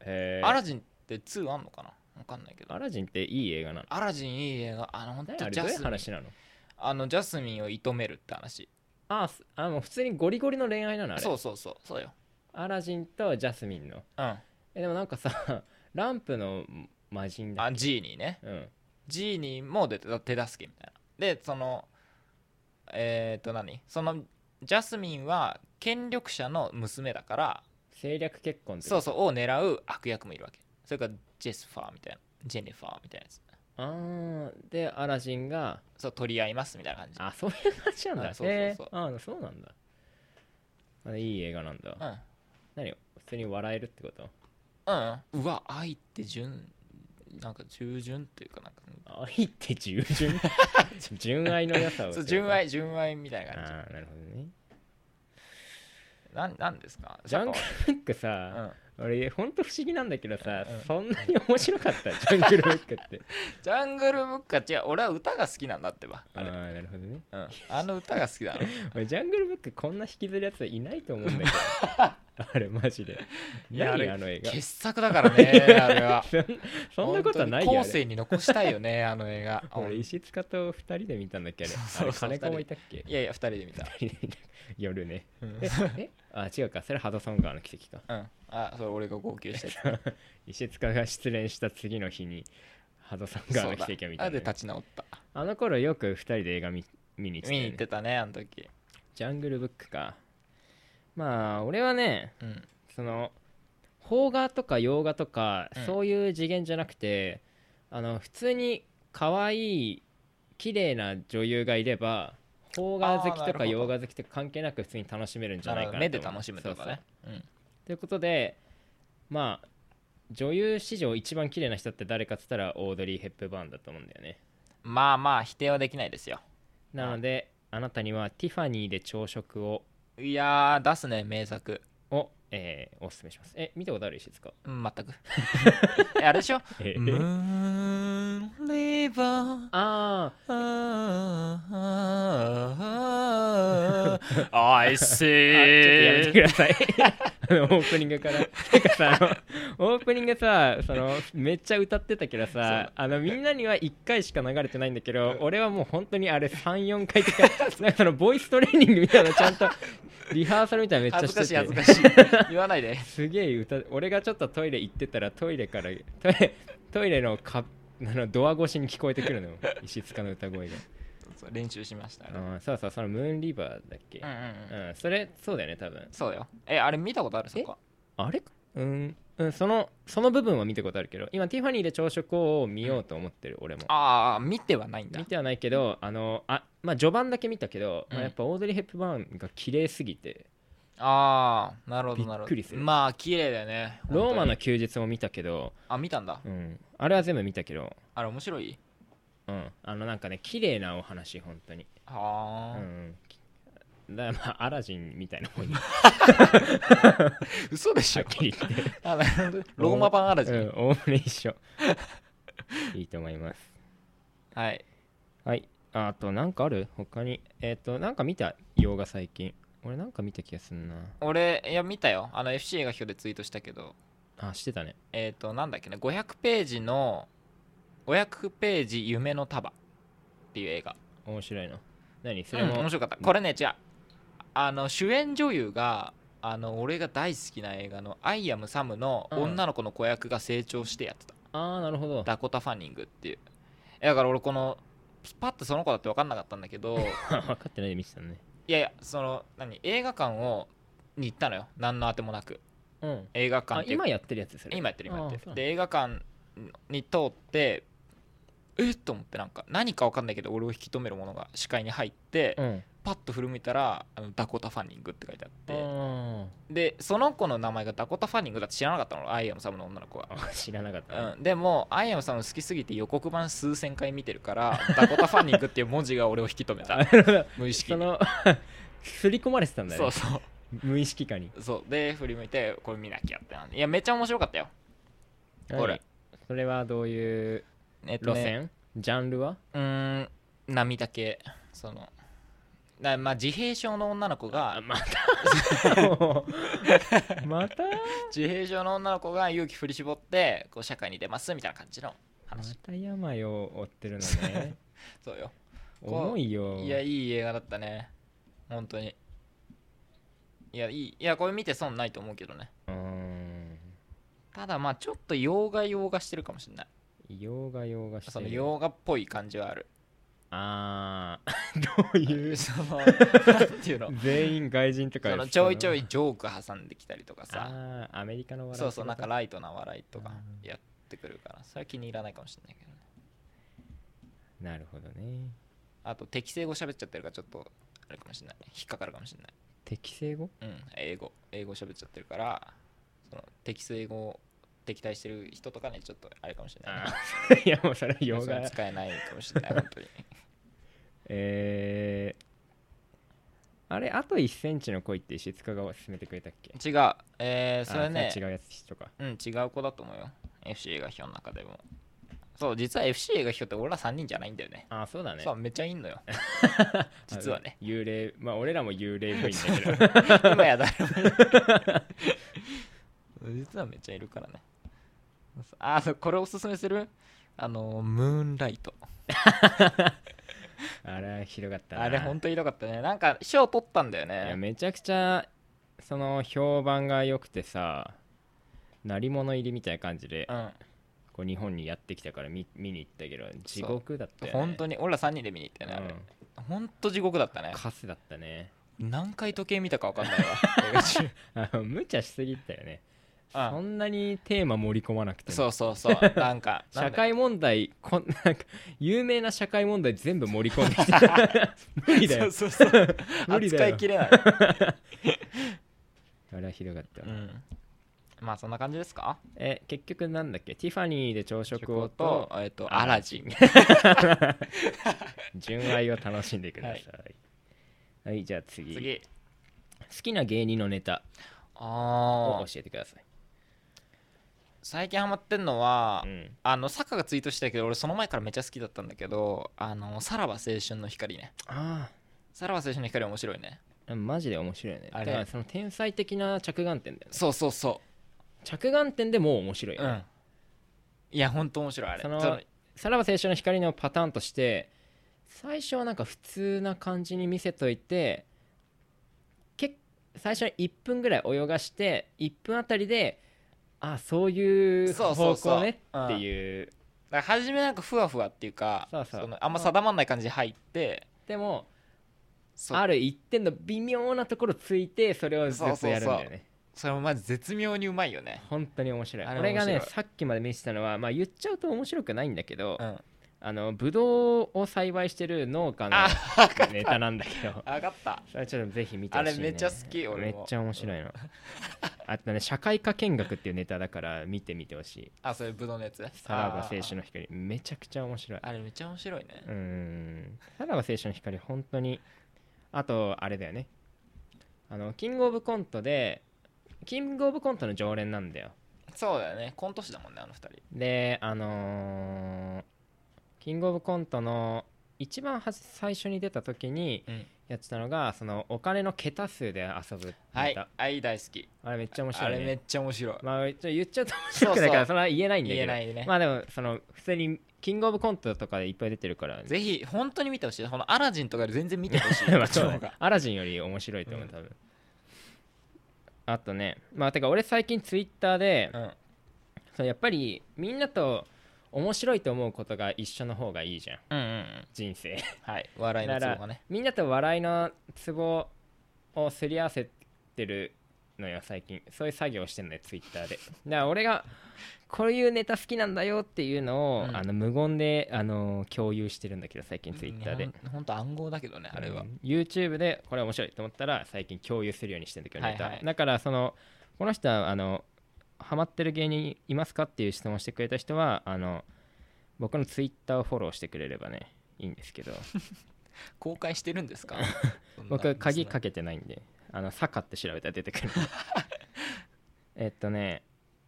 Speaker 2: え
Speaker 1: アラジンって2あんのかなわかんないけど
Speaker 2: アラジンっていい映画なの
Speaker 1: アラジンいい映画あの本
Speaker 2: 何あ
Speaker 1: 当
Speaker 2: れ
Speaker 1: ジ
Speaker 2: ど
Speaker 1: ャ
Speaker 2: ういう
Speaker 1: スミン
Speaker 2: 話なの
Speaker 1: あのジャスミンを射止めるって話
Speaker 2: あすあもう普通にゴリゴリの恋愛なのあれ
Speaker 1: そうそうそうそうよ
Speaker 2: アラジンとジャスミンの
Speaker 1: うん
Speaker 2: えでもなんかさ ランプの魔人だ
Speaker 1: あジーニーね
Speaker 2: うん
Speaker 1: ジーニーも出てた手助けみたいなでそのえっ、ー、と何そのジャスミンは権力者の娘だから
Speaker 2: 政略結婚って
Speaker 1: そう
Speaker 2: う
Speaker 1: そうを狙う悪役もいるわけそれからジェスファーみたいなジェニファーみたいなやつ
Speaker 2: あーでアラジンが
Speaker 1: そう取り合いますみたいな感じ
Speaker 2: あそういう話なんだ
Speaker 1: あそうそうそう
Speaker 2: へーあそうなんだあれいい映画なんだ、何普通に笑えるってこと
Speaker 1: うん、うん、うわ愛って純なんか従順っていうかなんか
Speaker 2: 愛って 従順純愛の良さを
Speaker 1: そう純愛純愛みたいな感
Speaker 2: ああなるほどね
Speaker 1: じなんなんですか
Speaker 2: ジャングルブック
Speaker 1: う
Speaker 2: さ、
Speaker 1: ん
Speaker 2: 俺ほんと不思議なんだけどさ、
Speaker 1: うん
Speaker 2: そんなに面白かったジャングルブックって
Speaker 1: ジャングルブックは違う俺は歌が好きなんだってば
Speaker 2: あ
Speaker 1: あれ
Speaker 2: ーなるほどね
Speaker 1: うん、あの歌が好きなの
Speaker 2: 俺ジャングルブックこんな引きずるやついないと思うんだ けどあれマジで
Speaker 1: いやあ
Speaker 2: 何
Speaker 1: れ
Speaker 2: あの映画
Speaker 1: 傑作だから ねあれは
Speaker 2: そんそんなことはない
Speaker 1: 本当に
Speaker 2: よあ
Speaker 1: 後世
Speaker 2: れ
Speaker 1: に残したいよねあの映画
Speaker 2: 俺石塚と2人で見たんだっけあれ
Speaker 1: そうそうそう
Speaker 2: あれ金子もいたっけ
Speaker 1: いやいや二人で見た
Speaker 2: 夜ね
Speaker 1: うん
Speaker 2: ええあ違うかそれハドソン川の奇跡か
Speaker 1: うんあそれ俺が号泣 してた
Speaker 2: 石塚が失恋した次の日にハドソン川
Speaker 1: そ
Speaker 2: の
Speaker 1: うだ
Speaker 2: 奇跡を見
Speaker 1: あ
Speaker 2: たの
Speaker 1: で
Speaker 2: よ
Speaker 1: 立ち直った
Speaker 2: あの頃よく2人で映画見見に行ってた
Speaker 1: 見に
Speaker 2: よね
Speaker 1: 行ってたねあの時
Speaker 2: ジャングルブックかまあ俺はね
Speaker 1: うん
Speaker 2: その邦画とか洋画とか、
Speaker 1: うん
Speaker 2: そういう次元じゃなくてあの普通に可愛い綺麗な女優がいれば邦画好
Speaker 1: あ
Speaker 2: き
Speaker 1: ーなる
Speaker 2: とか
Speaker 1: ほど
Speaker 2: 洋画好きとか関係なく普通に楽しめるんじゃないかな
Speaker 1: 目で
Speaker 2: と思う
Speaker 1: 楽しむとか
Speaker 2: そう
Speaker 1: ね
Speaker 2: そう
Speaker 1: うん
Speaker 2: ということでまあ女優史上一番綺麗な人って誰かっつったらオードリー・ヘップバーンだと思うんだよね
Speaker 1: まあまあ否定はできないですよ
Speaker 2: なのであなたにはティファニーで朝食を
Speaker 1: いやー出すね名作
Speaker 2: を、えーおすすめしますえ見たことある石塚
Speaker 1: うん全 くえあれでしょ
Speaker 2: え
Speaker 1: ムーンリバー
Speaker 2: あ あ
Speaker 5: I see
Speaker 2: ちょっとやめてください あのオープニングからなんかさあのオープニングさそのめっちゃ歌ってたけどさあのみんなには1回しか流れてないんだけど俺はもう本当にあれ34回とか なんかそのボイストレーニングみたいなのちゃんとリハーサルみたいなのめっちゃ
Speaker 1: 恥
Speaker 2: し
Speaker 1: ず
Speaker 2: て
Speaker 1: かしい恥ず
Speaker 2: て
Speaker 1: かしい言わないです
Speaker 2: げえ歌俺がちょっとトイレ行ってたらトイレからトイレトイレのかあのドア越しに聞こえてくるのよ石塚の歌声が
Speaker 1: そう練習しましたあれ
Speaker 2: あーそうそうそのムーンリバーだっけ
Speaker 1: うんうんうん
Speaker 2: うんそれそうだよね多分
Speaker 1: そうよえあれ見たことあるそこ
Speaker 2: あれうん、うん、そのその部分は見たことあるけど今ティファニーで朝食を見ようと思ってる、俺も
Speaker 1: ああ見てはないんだ
Speaker 2: 見てはないけどあのあまあ序盤だけ見たけど、ま
Speaker 1: う
Speaker 2: あ、
Speaker 1: ん
Speaker 2: やっぱオードリー・ヘップバーンが綺麗すぎて
Speaker 1: ああなるほどなるほど
Speaker 2: びっくりする
Speaker 1: まあ綺麗だよね本当に
Speaker 2: ローマの休日も見たけど、
Speaker 1: あ見たんだ
Speaker 2: うん、あれは全部見たけど
Speaker 1: あれ面白い
Speaker 2: うんあのなんかね綺麗なお話本当にう
Speaker 1: はあ、
Speaker 2: んだからまあアラジンみたいなもんには
Speaker 1: 嘘でしょ
Speaker 2: っきり言って、
Speaker 1: あなるほど ローマ版アラジ
Speaker 2: う
Speaker 1: ン、
Speaker 2: ん、おおむね 一緒いいと思います
Speaker 1: はい
Speaker 2: はい。ああと、なんかある他に。えっ、と、なんか見た洋画最近。俺なんか見た気がすんな。
Speaker 1: 俺いや見たよあの FC 映画表でツイートしたけど
Speaker 2: あ、してたね。
Speaker 1: えっ、となんだっけね500ページの500ページ夢の束っていう映画
Speaker 2: 面白いの。何そ
Speaker 1: そ
Speaker 2: れ
Speaker 1: れも
Speaker 2: も、
Speaker 1: 面白かったこれね違うあの主演女優があの俺が大好きな映画の「アイアムサム」の
Speaker 2: うん
Speaker 1: 女の子の子役が成長してやってた、
Speaker 2: ああ、なるほど。
Speaker 1: ダコタ・ファニングっていうえだから俺このパッとその子だって分かんなかったんだけ ど
Speaker 2: 分かってないで見てたのね。
Speaker 1: いやいやその何映画館をに行ったのよ何のあてもなく
Speaker 2: うん。
Speaker 1: 映画館
Speaker 2: あ
Speaker 1: っ、ていうか
Speaker 2: 今やってるやつそれ。
Speaker 1: 今やってる今やって
Speaker 2: あーそう
Speaker 1: るで映画館に通ってえっと思ってなんか何か分かんないけど俺を引き止めるものが視界に入って、
Speaker 2: うん。
Speaker 1: パッと振り向いたらあのダコタ・ファニングって書いてあって、
Speaker 2: あ
Speaker 1: でその子の名前がダコタ・ファニングだって知らなかったのアイアムサムの女の子は、
Speaker 2: ーあ知らなかった、
Speaker 1: うん、でもアイアムサム好きすぎて予告版数千回見てるからダコタ・ファニングっていう文字が俺を引き止め た無意識
Speaker 2: そ
Speaker 1: に
Speaker 2: の、すり込まれてたんだよ、
Speaker 1: そ
Speaker 2: ね
Speaker 1: う。そう
Speaker 2: 無意識化に。
Speaker 1: そうで振り向いてこれ見なきゃってなんでいやめっちゃ面白かったよこれ
Speaker 2: 何。それはどういう
Speaker 1: えっと
Speaker 2: 路
Speaker 1: ね
Speaker 2: 線、ジャン ルは
Speaker 1: うーん涙系そのなまあ自閉症の女の子が
Speaker 2: またまた
Speaker 1: 自閉症の女の子が勇気振り絞ってこう社会に出ますみたいな感じの
Speaker 2: ま
Speaker 1: 話
Speaker 2: た病を負ってるのね。
Speaker 1: そうよ
Speaker 2: 重いよ。
Speaker 1: いやいい映画だったね本当にいやいいいやこれ見て損ないと思うけどね
Speaker 2: うーん。
Speaker 1: ただまあちょっと洋画洋画してるかもしれない
Speaker 2: 洋画洋画してる。
Speaker 1: その洋画っぽい感じはあ る
Speaker 2: あ ーどういう。
Speaker 1: そのなんていうの
Speaker 2: 全員外人とか
Speaker 1: そのちょいちょいジョーク挟んできたりとかさ
Speaker 2: ああーアメリカの笑い
Speaker 1: そうそうなんか
Speaker 2: ら
Speaker 1: ライトな笑いとかやってくるからそれは気に入らないかもしれないけどね
Speaker 2: なるほどね
Speaker 1: あと適正語喋っちゃってるからちょっとあれかもしれない引っかかるかもしれない
Speaker 2: 適正語
Speaker 1: うん英語英語喋っちゃってるからその適正語を敵対してる人とかねちょっとあれかもしれないね、
Speaker 2: いやもうそ れは洋
Speaker 1: それ
Speaker 2: 画
Speaker 1: 使えないかもしれ ない本当に
Speaker 2: えー、あれあと1センチの恋って石塚が勧めてくれたっけ
Speaker 1: 違うえー、それ
Speaker 2: あ
Speaker 1: ね
Speaker 2: 違うやつとか
Speaker 1: うん違う子だと思うよ FC 映画表の中でもそう実は FC 映画表って俺ら3人じゃないんだよね
Speaker 2: あーそうだね
Speaker 1: そうめっちゃいいの よ実はね
Speaker 2: あ幽霊まあ俺らも幽霊部員だけ ど
Speaker 1: 今や誰もいない 実はめっちゃいるからねあーそうこれおすすめするあのムーンライト
Speaker 2: あれはひどかったな
Speaker 1: あれほんとひどかったねなんか賞取ったんだよ
Speaker 2: いや
Speaker 1: ね
Speaker 2: めちゃくちゃその評判が良くてさ鳴り物入りみたいな感じで
Speaker 1: うん
Speaker 2: こう日本にやってきたから見見に行ったけど地獄だったよ、ね、
Speaker 1: 本当に俺ら3人で見に行った
Speaker 2: に、
Speaker 1: よねあれ
Speaker 2: う
Speaker 1: ほんと地獄だったね
Speaker 2: ん、カスだったね
Speaker 1: 何回時計見たか分かんないわ映画中
Speaker 2: あの無茶しすぎたよね
Speaker 1: うん
Speaker 2: そんなにテーマ盛り込まなくても
Speaker 1: そうそうそうなんか
Speaker 2: 社会問題こん なんか有名な社会問題全部盛り込んできて 無理だ
Speaker 1: そ
Speaker 2: よ
Speaker 1: うそうそう
Speaker 2: 無理だ
Speaker 1: 扱
Speaker 2: よ
Speaker 1: いきれない、
Speaker 2: あれはひどかった、
Speaker 1: うん、まあそんな感じですか
Speaker 2: え結局なんだっけティファニーで朝食を
Speaker 1: と
Speaker 2: と
Speaker 1: えっとアラジン
Speaker 2: 純愛を楽しんでくださいはい、じゃあ次
Speaker 1: 次
Speaker 2: 好きな芸人のネタ
Speaker 1: あ
Speaker 2: を
Speaker 1: あ
Speaker 2: 教えてください
Speaker 1: 最近ハマってんのは、
Speaker 2: うん
Speaker 1: あの坂がツイートしてたけど俺その前からめっちゃ好きだったんだけどあのさらば青春の光ね
Speaker 2: あ
Speaker 1: さらば青春の光面白いね
Speaker 2: あマジで面白いよね
Speaker 1: あ
Speaker 2: だ
Speaker 1: れ
Speaker 2: からその天才的な着眼点だよね
Speaker 1: そうそうそ
Speaker 2: 着眼点でもう面白いうよ
Speaker 1: う
Speaker 2: ね、
Speaker 1: んいやほんと面白いあれ
Speaker 2: その
Speaker 1: その
Speaker 2: さらば青春の光のパターンとして最初はなんか普通な感じに見せといてけ最初に1分ぐらい泳がして1分あたりであそういう
Speaker 1: そう
Speaker 2: 方
Speaker 1: そうそう
Speaker 2: 向ねっていう
Speaker 1: だから初めなんかふわふわっていうか
Speaker 2: そうそう
Speaker 1: のあんま定まんない感じで入って
Speaker 2: でも
Speaker 1: そう
Speaker 2: ある一点の微妙なところついてそれをずっとやるんだ
Speaker 1: そう
Speaker 2: よ
Speaker 1: そう
Speaker 2: ね
Speaker 1: それもまず絶妙にうまいよね
Speaker 2: 本当に面白い
Speaker 1: あれ
Speaker 2: 俺がね
Speaker 1: 面白い
Speaker 2: さっきまで見せたのは、まあ、言っちゃうと面白くないんだけど、
Speaker 1: うん
Speaker 2: あのブドウを栽培してる農家
Speaker 1: あ
Speaker 2: の
Speaker 1: 分かっ
Speaker 2: ネタなんだけど
Speaker 1: た分かった
Speaker 2: それちょっとぜひ見てほしい、ね、
Speaker 1: あれめっちゃ好き俺も
Speaker 2: めっちゃ面白いのあとね社会科見学っていうネタだから見てみてほしい
Speaker 1: あそれブドウのやつ
Speaker 2: さらば青春の光めちゃくちゃ面白い
Speaker 1: あーあれめっちゃ面白いね
Speaker 2: うーんさらば青春の光本当にあとあれだよねあのキングオブコントでキングオブコントの常連なんだよ
Speaker 1: そうだよねコント師だもんねあの二人
Speaker 2: であのーキングオブコントの一番はじ最初に出た時に
Speaker 1: うん
Speaker 2: やってたのがそのお金の桁数で遊ぶネタ、
Speaker 1: はい愛大好き
Speaker 2: あれめっちゃ面白
Speaker 1: あ
Speaker 2: い、ね、
Speaker 1: れめっちゃ面白い
Speaker 2: まあ、ちょっと言っちゃうと面白くないか
Speaker 1: そう
Speaker 2: ら
Speaker 1: そう
Speaker 2: それは言えないんだけど
Speaker 1: 言えないでね
Speaker 2: まあでもその普通にキングオブコントとかでいっぱい出てるから
Speaker 1: ぜひ本当に見てほしいこのアラジンとかより全然見てほしい
Speaker 2: まあそう
Speaker 1: こ
Speaker 2: だ
Speaker 1: っちの
Speaker 2: ね
Speaker 1: 方が
Speaker 2: アラジンより面白いと思う多分、あとねまあてか俺最近ツイッターで、
Speaker 1: うん
Speaker 2: そのやっぱりみんなと面白いと思うことが一緒の方がいいじゃん
Speaker 1: うんうんうん
Speaker 2: 人生
Speaker 1: はい笑いの
Speaker 2: だ
Speaker 1: ツ
Speaker 2: か
Speaker 1: ボが
Speaker 2: ら
Speaker 1: ね
Speaker 2: みんなと笑いのツボをすり合わせてるのよ最近そういう作業をしてるのよツイッターでだから俺がこういうネタ好きなんだよっていうのを、
Speaker 1: うん
Speaker 2: あの無言であの共有してるんだけど最近ツイッターで、
Speaker 1: 本当暗号だけどねあれは
Speaker 2: うん YouTube でこれ面白いと思ったら最近共有するようにしてるんだけどネタ、
Speaker 1: はいはい
Speaker 2: だからそのこの人はあのハマってる芸人いますかっていう質問をしてくれた人はあの僕のツイッターをフォローしてくれればねいいんですけど
Speaker 1: 公開してるん ですかそんな
Speaker 2: 僕鍵
Speaker 1: そんな
Speaker 2: かけてないんであの坂って調べたら出て くるえっとね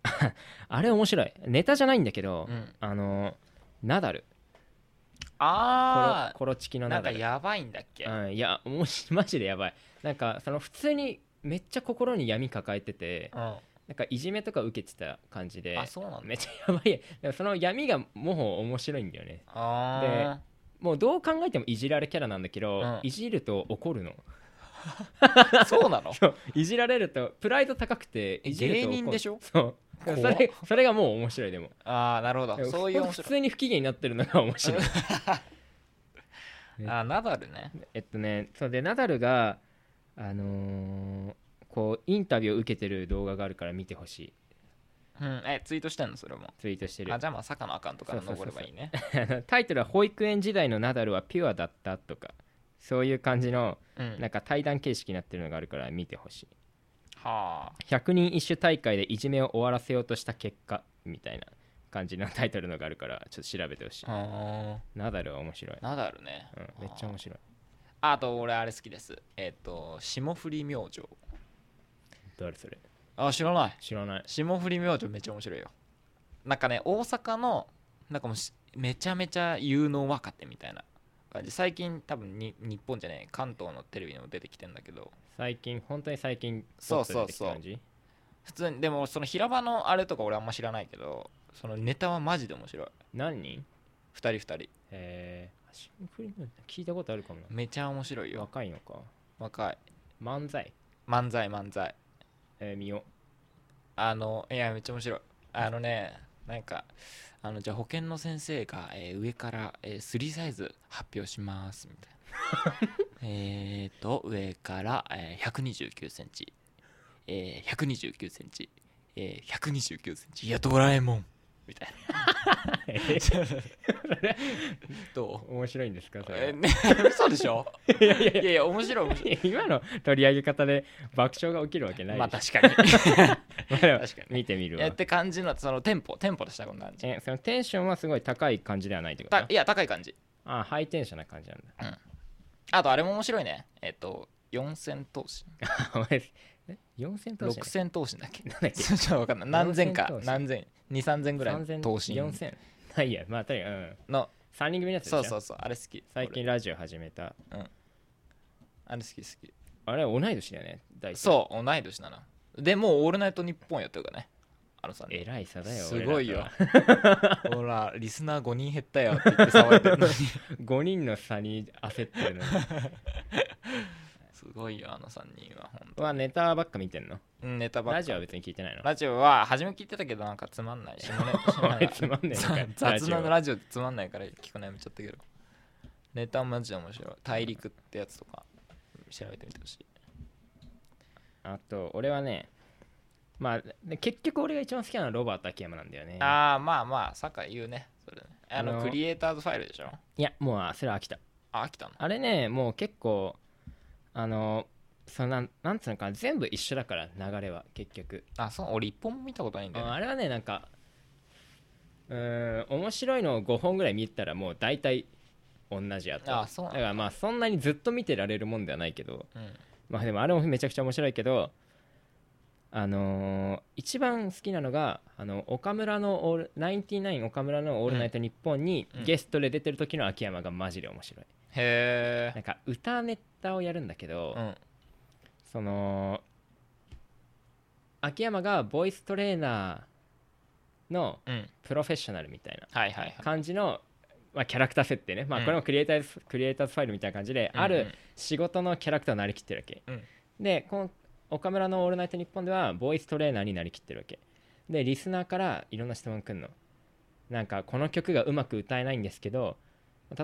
Speaker 2: あれ面白いネタじゃないんだけど、
Speaker 1: うん
Speaker 2: あのナダルコロ
Speaker 1: あ
Speaker 2: コロチキ
Speaker 1: あ
Speaker 2: の
Speaker 1: な
Speaker 2: ナ
Speaker 1: んか
Speaker 2: ダル
Speaker 1: やばいんだっけ
Speaker 2: うん、いやもしマジでやばいなんかその普通にめっちゃ心に闇抱えてて
Speaker 1: うん
Speaker 2: なんかいじめとか受けてた感じで
Speaker 1: あそうなんだ
Speaker 2: めっちゃやばいでもその闇がもう面白いんだよね
Speaker 1: あ
Speaker 2: もうどう考えてもいじられキャラなんだけど、
Speaker 1: うん
Speaker 2: いじると怒るの
Speaker 1: あそうな の
Speaker 2: そういじられるとプライド高くて
Speaker 1: え
Speaker 2: いじると怒る
Speaker 1: 芸人でしょ
Speaker 2: そう
Speaker 1: 怖っ
Speaker 2: それそれがもう面白いでも
Speaker 1: ああなるほどそういう面
Speaker 2: 普
Speaker 1: 白い
Speaker 2: 通に不機嫌になってるのが面白い
Speaker 1: あーナダルね
Speaker 2: えっとねそうでナダルがあのーこうインタビューを受けてる動画があるから見てほしい
Speaker 1: うんえツイートしてんのそれも
Speaker 2: ツイートしてる
Speaker 1: あじゃあまあ坂のアカウントから
Speaker 2: そうそう
Speaker 1: 登
Speaker 2: そ
Speaker 1: れ
Speaker 2: うそう
Speaker 1: ばいいね
Speaker 2: タイトルは「保育園時代のナダルはピュアだった」とかそういう感じの
Speaker 1: うん
Speaker 2: なんか対談形式になってるのがあるから見てほしい
Speaker 1: はあ
Speaker 2: 100人一首大会でいじめを終わらせようとした結果みたいな感じのタイトルのがあるからちょっと調べてほしい
Speaker 1: あ
Speaker 2: ナダルは面白い
Speaker 1: ー、ナダルね、
Speaker 2: うん、めっちゃ面白い
Speaker 1: ああと俺あれ好きですえっ、と霜降り明星
Speaker 2: 誰それ
Speaker 1: あ知らない
Speaker 2: 知らない
Speaker 1: 霜降り明星めっちゃ面白いよなんかね大阪のなんかもうしめちゃめちゃ有能若手みたいな感じ最近多分に日本じゃねえ関東のテレビにも出てきてんだけど
Speaker 2: 最近本当に最近
Speaker 1: そうそうそう
Speaker 2: ポップに出てき
Speaker 1: 普通にでもその平場のあれとか俺あんま知らないけどそのネタはマジで面白い
Speaker 2: た感じ何人
Speaker 1: 二人二人
Speaker 2: えー、シンプルに聞いたことあるかも
Speaker 1: めちゃ面白い
Speaker 2: な
Speaker 1: よ
Speaker 2: 若いのか
Speaker 1: 若い
Speaker 2: 漫才
Speaker 1: 漫才漫才
Speaker 2: えー、見よ
Speaker 1: あのいやめっちゃ面白いあのねなんかあのじゃあ保健の先生が、えー上から、えー、3サイズ発表しますみたい なえーと上から、えー、129センチ、えー、129センチ、えー、129センチいやドラえもんみたいな どう
Speaker 2: 面白いんですかそれは
Speaker 1: えーね、嘘でしょ
Speaker 2: いやいや
Speaker 1: いやいや面白い面白い
Speaker 2: いや今の取り上げ方で爆笑が起きるわけない
Speaker 1: まあ
Speaker 2: でし
Speaker 1: 確かに
Speaker 2: ょ、まあ、
Speaker 1: 確かに
Speaker 2: 見てみる
Speaker 1: え
Speaker 2: わ
Speaker 1: って感じのそのテンポテンポとしたこんな感じ
Speaker 2: えそのテンションはすごい高い感じではないってこと
Speaker 1: たいや高い感じ
Speaker 2: ああハイテンションな感じなんだ
Speaker 1: あとあれも面白いねえっ、と四千頭身
Speaker 2: お前え4000投資
Speaker 1: 六千頭身だっけ
Speaker 2: なんだっけ
Speaker 1: ちょっと分かんない何千か
Speaker 2: 四千頭身
Speaker 1: 何千二三千ぐらいの
Speaker 2: 3000
Speaker 1: 頭身
Speaker 2: 4000はいやまあとにかくうん
Speaker 1: の
Speaker 2: 3人組のやつでし
Speaker 1: そ
Speaker 2: ょ
Speaker 1: うそうそうあれ好き
Speaker 2: 最近
Speaker 1: 俺
Speaker 2: ラジオ始めた
Speaker 1: あれ好き好き
Speaker 2: あれ同い年だよね大体
Speaker 1: そう同い年なのでもう「オールナイトニッポン」やってるからねあのさ
Speaker 2: えらい差だよ
Speaker 1: すごいよ
Speaker 2: 俺ら と
Speaker 1: ほらリスナー5人減ったよって言って騒いでるの に
Speaker 2: は5人の差に焦っ てるの
Speaker 1: すごいよあの3人はほんと
Speaker 2: はネタばっか見てんの
Speaker 1: うんネタばっか
Speaker 2: ラジオは別に聞いてないの
Speaker 1: ラジオは初め聞いてたけどなんかつまんない下ネ
Speaker 2: お 前つまんねえのか
Speaker 1: 雑
Speaker 2: ラ
Speaker 1: 雑
Speaker 2: ジオ
Speaker 1: なラジオってつまんないから聞くのやめちゃったけどネタはマジで面白い大陸ってやつとか調べてみてほしい
Speaker 2: あと俺はねまあで結局俺が一番好きなのはロバート秋山なんだよね
Speaker 1: ああまあまあサッカー言うねそれねあ
Speaker 2: あ
Speaker 1: の
Speaker 2: の
Speaker 1: クリエイターズファイルでしょ
Speaker 2: いやもうあそれは飽きた
Speaker 1: あ飽きたの
Speaker 2: あれねもう結構あのそのなんなんつうのかな全部一緒だから流れは結局
Speaker 1: あそう俺一本も見たことないんだよ、ね、
Speaker 2: あれはねなんかうーん面白いのを5本ぐらい見たらもう大体同じやと
Speaker 1: あそうなん
Speaker 2: だ
Speaker 1: だ
Speaker 2: からまあそんなにずっと見てられるもんではないけど
Speaker 1: うん
Speaker 2: まあでもあれもめちゃくちゃ面白いけどあのー一番好きなのがあの岡村のオール「ナインティナイン岡村のオールナイトニッポン」に
Speaker 1: うん
Speaker 2: ゲストで出てる時の秋山がマジで面白い、
Speaker 1: へ
Speaker 2: な
Speaker 1: え
Speaker 2: んか歌ネタをやるんだけど、
Speaker 1: うん
Speaker 2: その秋山がボイストレーナーの
Speaker 1: うん
Speaker 2: プロフェッショナルみたいな
Speaker 1: はいはいはい
Speaker 2: 感じの、まあ、キャラクター設定ね、まあ、
Speaker 1: うん
Speaker 2: これもクリエイターズ、クリエイターズファイルみたいな感じで、ある仕事のキャラクターになりきってるわけ、
Speaker 1: うん
Speaker 2: でこの岡村の「オールナイトニッポン」ではボイストレーナーになりきってるわけでリスナーからいろんな質問くんのなんかこの曲がうまく歌えないんですけど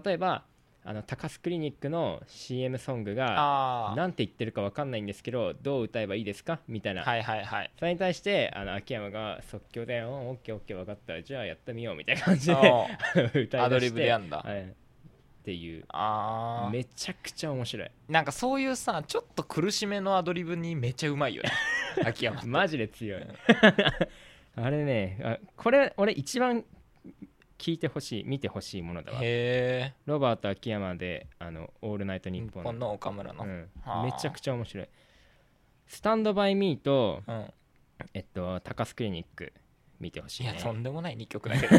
Speaker 2: 例えばあの高須クリニックの CM ソングが
Speaker 1: ああ
Speaker 2: なんて言ってるかわかんないんですけどどう歌えばいいですかみたいな、
Speaker 1: はいはい はい
Speaker 2: それに対してあの秋山が即興で「うんオッケーオッケー分かったじゃあやってみよう」みたいな感じで
Speaker 1: おう
Speaker 2: 歌い出して
Speaker 1: アドリブでやんだ
Speaker 2: はいっていう
Speaker 1: ああ
Speaker 2: めちゃくちゃ面白い
Speaker 1: なんかそういうさちょっと苦しめのアドリブにめちゃうまいよね秋山
Speaker 2: マジで強い あれねあこれ俺一番聞いてほしい見てほしいものだわ
Speaker 1: へえ
Speaker 2: ロバート秋山で「あのオールナイトニ
Speaker 1: 日
Speaker 2: ッポン
Speaker 1: 本の岡村」の
Speaker 2: う
Speaker 1: うん
Speaker 2: ん
Speaker 1: はあ
Speaker 2: めちゃくちゃ面白いスタンドバイミーと、
Speaker 1: うん
Speaker 2: えっと、高須クリニック見てほしい、
Speaker 1: い
Speaker 2: ね、
Speaker 1: やとんでもない2曲だけど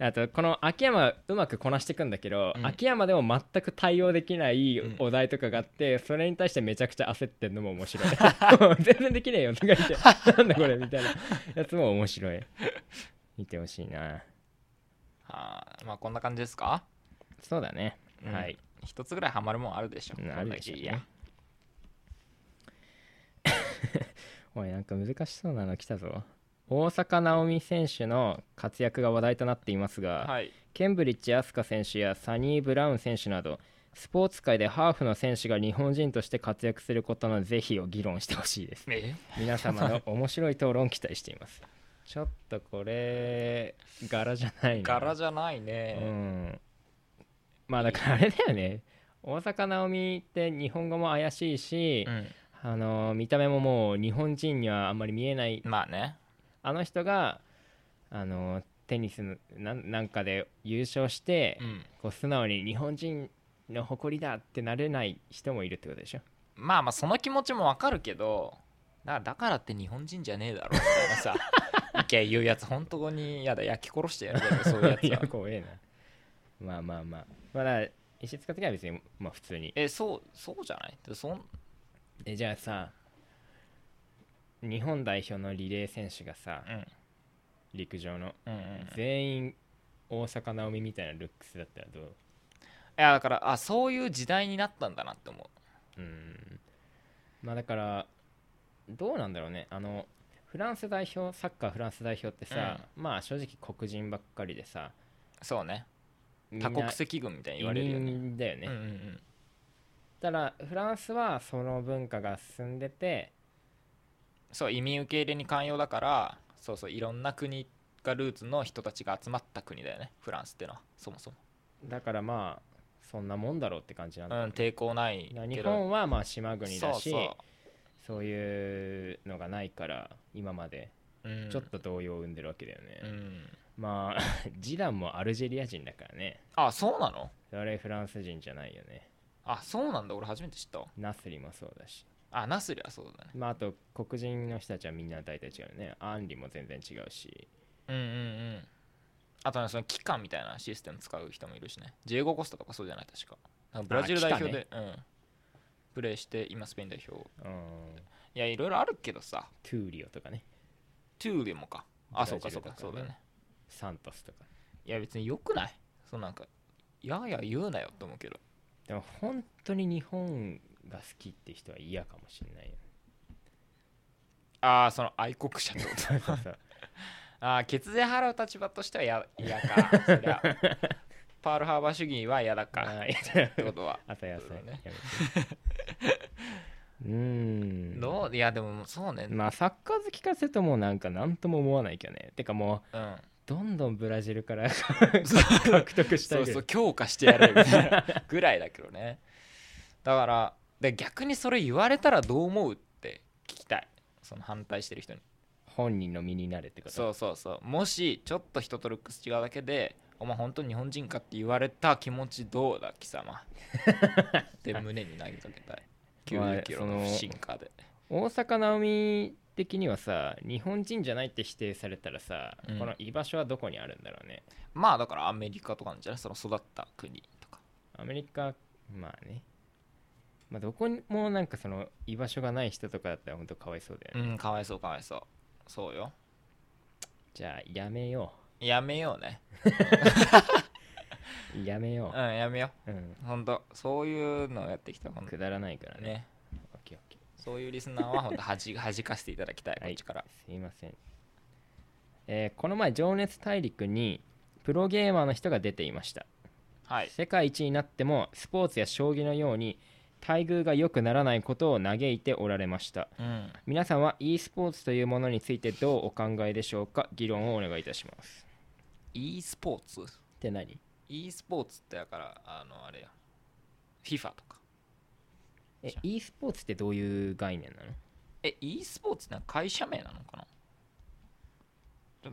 Speaker 2: あとこの秋山がうまくこなしていくんだけど、
Speaker 1: うん
Speaker 2: 秋山でも全く対応できない
Speaker 1: ん
Speaker 2: お題とかがあって、それに対してめちゃくちゃ焦ってんのも面 白い全然できねえよとか言って なんだこれみたいなやつも面白い見てほしい
Speaker 1: は
Speaker 2: な
Speaker 1: あまあこんな感じですか
Speaker 2: そうだね、
Speaker 1: うん
Speaker 2: はい
Speaker 1: 一つぐらいハマるもんあるでしょ
Speaker 2: うんあるでしょう
Speaker 1: こんだけいい
Speaker 2: ね
Speaker 1: や
Speaker 2: おいなんか難しそうなの来たぞ大坂なおみ選手の活躍が話題となっていますが、
Speaker 1: はい
Speaker 2: ケンブリッジ・アスカ選手やサニー・ブラウン選手などスポーツ界でハーフの選手が日本人として活躍することの是非を議論してほしいです
Speaker 1: え
Speaker 2: 皆様の面白い討論を期待しています ちょっとこれ柄じゃないな
Speaker 1: 柄じゃないうね
Speaker 2: んまあだからあれだよね大坂なおみって日本語も怪しいし、
Speaker 1: うん
Speaker 2: あの見た目ももう日本人にはあんまり見えない
Speaker 1: まあね
Speaker 2: あの人があのテニスのなんなんかで優勝して、
Speaker 1: うん
Speaker 2: こう素直に日本人の誇りだってなれない人もいるってことでしょ
Speaker 1: まあまあその気持ちもわかるけどだからだからって日本人じゃねえだろみたいな さ意見言うやつ本当にやだ焼き殺してやる よそういうやつ
Speaker 2: いや
Speaker 1: は
Speaker 2: 怖えなまあまあまあまあだから石塚的には別にまあ普通に
Speaker 1: えそうそうじゃないでそん
Speaker 2: えじゃあさ日本代表のリレー選手がさ
Speaker 1: うん
Speaker 2: 陸上の
Speaker 1: うんうん
Speaker 2: 全員大坂なおみみたいなルックスだったらどう
Speaker 1: いやだからあそういう時代になったんだなって思
Speaker 2: うんまあだからどうなんだろうねあのフランス代表サッカーフランス代表ってさ、まあ正直黒人ばっかりでさ
Speaker 1: うそうね
Speaker 2: みんな
Speaker 1: 多国籍軍みたいに
Speaker 2: 移
Speaker 1: 言われるよね
Speaker 2: 民だよね、
Speaker 1: うんうんうん
Speaker 2: ただフランスはその文化が進んでて
Speaker 1: そう移民受け入れに寛容だからそうそういろんな国がルーツの人たちが集まった国だよねフランスってのはそもそも、
Speaker 2: だからまあそんなもんだろうって感じなん
Speaker 1: う
Speaker 2: だ、
Speaker 1: ん、抵抗ない
Speaker 2: だから
Speaker 1: け
Speaker 2: 日
Speaker 1: ど
Speaker 2: 本はまあ島国だし
Speaker 1: そ
Speaker 2: そうう
Speaker 1: そ
Speaker 2: いうのがないから今まで
Speaker 1: う、うん
Speaker 2: ちょっと動揺を生んでるわけだよね、
Speaker 1: うん、
Speaker 2: まあ ジダンもアルジェリア人だからね
Speaker 1: あそうなの
Speaker 2: あれフランス人じゃないよね
Speaker 1: あそうなんだ俺初めて知ったわ
Speaker 2: ナスリもそうだし
Speaker 1: あナスリはそうだね
Speaker 2: まああと黒人の人たちはみんな大体違うよねアンリも全然違うし
Speaker 1: うんうんうんあとねその期間みたいなシステム使う人もいるしねジェゴコスタとかそうじゃない確かなんかブラジル代表で、うん、プレーして今スペイン代表
Speaker 2: うん
Speaker 1: いやいろいろあるけどさ
Speaker 2: トゥーリオとかね
Speaker 1: トゥーレもかあ
Speaker 2: ブ
Speaker 1: そ
Speaker 2: ラ
Speaker 1: うか
Speaker 2: ジ
Speaker 1: そう
Speaker 2: ルだ
Speaker 1: か
Speaker 2: か
Speaker 1: そ
Speaker 2: らね
Speaker 1: うだよね
Speaker 2: サントスとか
Speaker 1: いや別によくないそうなんかやや言うなよと思うけど
Speaker 2: でも本当に日本が好きって人は嫌かもしれ ないよね
Speaker 1: ああその愛国者ってこと
Speaker 2: そうそう
Speaker 1: ああ血税払う立場としてはや嫌かそりゃパールハーバー主義は嫌だか
Speaker 2: は
Speaker 1: っ
Speaker 2: い
Speaker 1: てことは
Speaker 2: 朝野
Speaker 1: そうだ
Speaker 2: 菜
Speaker 1: ね
Speaker 2: やめてうー ん
Speaker 1: どういやでもそうね、
Speaker 2: まあサッカー好きからするともうなんか何とも思わないけどねてかもう
Speaker 1: うん
Speaker 2: どんどんブラジルから
Speaker 1: そう
Speaker 2: 獲得した
Speaker 1: そ
Speaker 2: いうけ
Speaker 1: そ
Speaker 2: ど
Speaker 1: う強化してやれみたいな ぐらいだけどねだからで逆にそれ言われたらどう思うって聞きたいその反対してる人に
Speaker 2: 本人の身になれってこと
Speaker 1: そうそうそうもしちょっと人とルックス違うだけでお前本当に日本人かって言われた気持ちどうだ貴 様って胸に投げかけ たい
Speaker 2: まあ
Speaker 1: 90キロの不信感で、
Speaker 2: 大坂なおみ的にはさ日本人じゃないって否定されたらさ、
Speaker 1: うん
Speaker 2: この居場所はどこにあるんだろうね
Speaker 1: まあだからアメリカとかなんじゃないその育った国とか
Speaker 2: アメリカまあねまあどこにもなんかその居場所がない人とかだったら本当かわいそうだよ
Speaker 1: う
Speaker 2: ね、
Speaker 1: んかわいそうかわいそうそうよ
Speaker 2: じゃあやめよ
Speaker 1: やめようね
Speaker 2: うやめ
Speaker 1: う
Speaker 2: よ
Speaker 1: んやめよ
Speaker 2: う、うん
Speaker 1: うほんとそういうのをやってきたもん
Speaker 2: くだらないからね
Speaker 1: ね
Speaker 2: オッケーオッケー
Speaker 1: そういうリスナーは本当はじはじかせていただきたい、
Speaker 2: は
Speaker 1: こ
Speaker 2: い
Speaker 1: っちから。
Speaker 2: すいません、えーこの前「情熱大陸」にプロゲーマーの人が出ていました、
Speaker 1: はい。
Speaker 2: 世界一になってもスポーツや将棋のように待遇が良くならないことを嘆いておられました
Speaker 1: うん。
Speaker 2: 皆さんは e スポーツというものについてどうお考えでしょうか議論をお願いいたします
Speaker 1: e スポーツ
Speaker 2: って何
Speaker 1: ?e スポーツってだから、あの、あれや。FIFA とか。
Speaker 2: え e スポーツってどういう概念なの
Speaker 1: え、e スポーツってのは会社名なのかなちょっ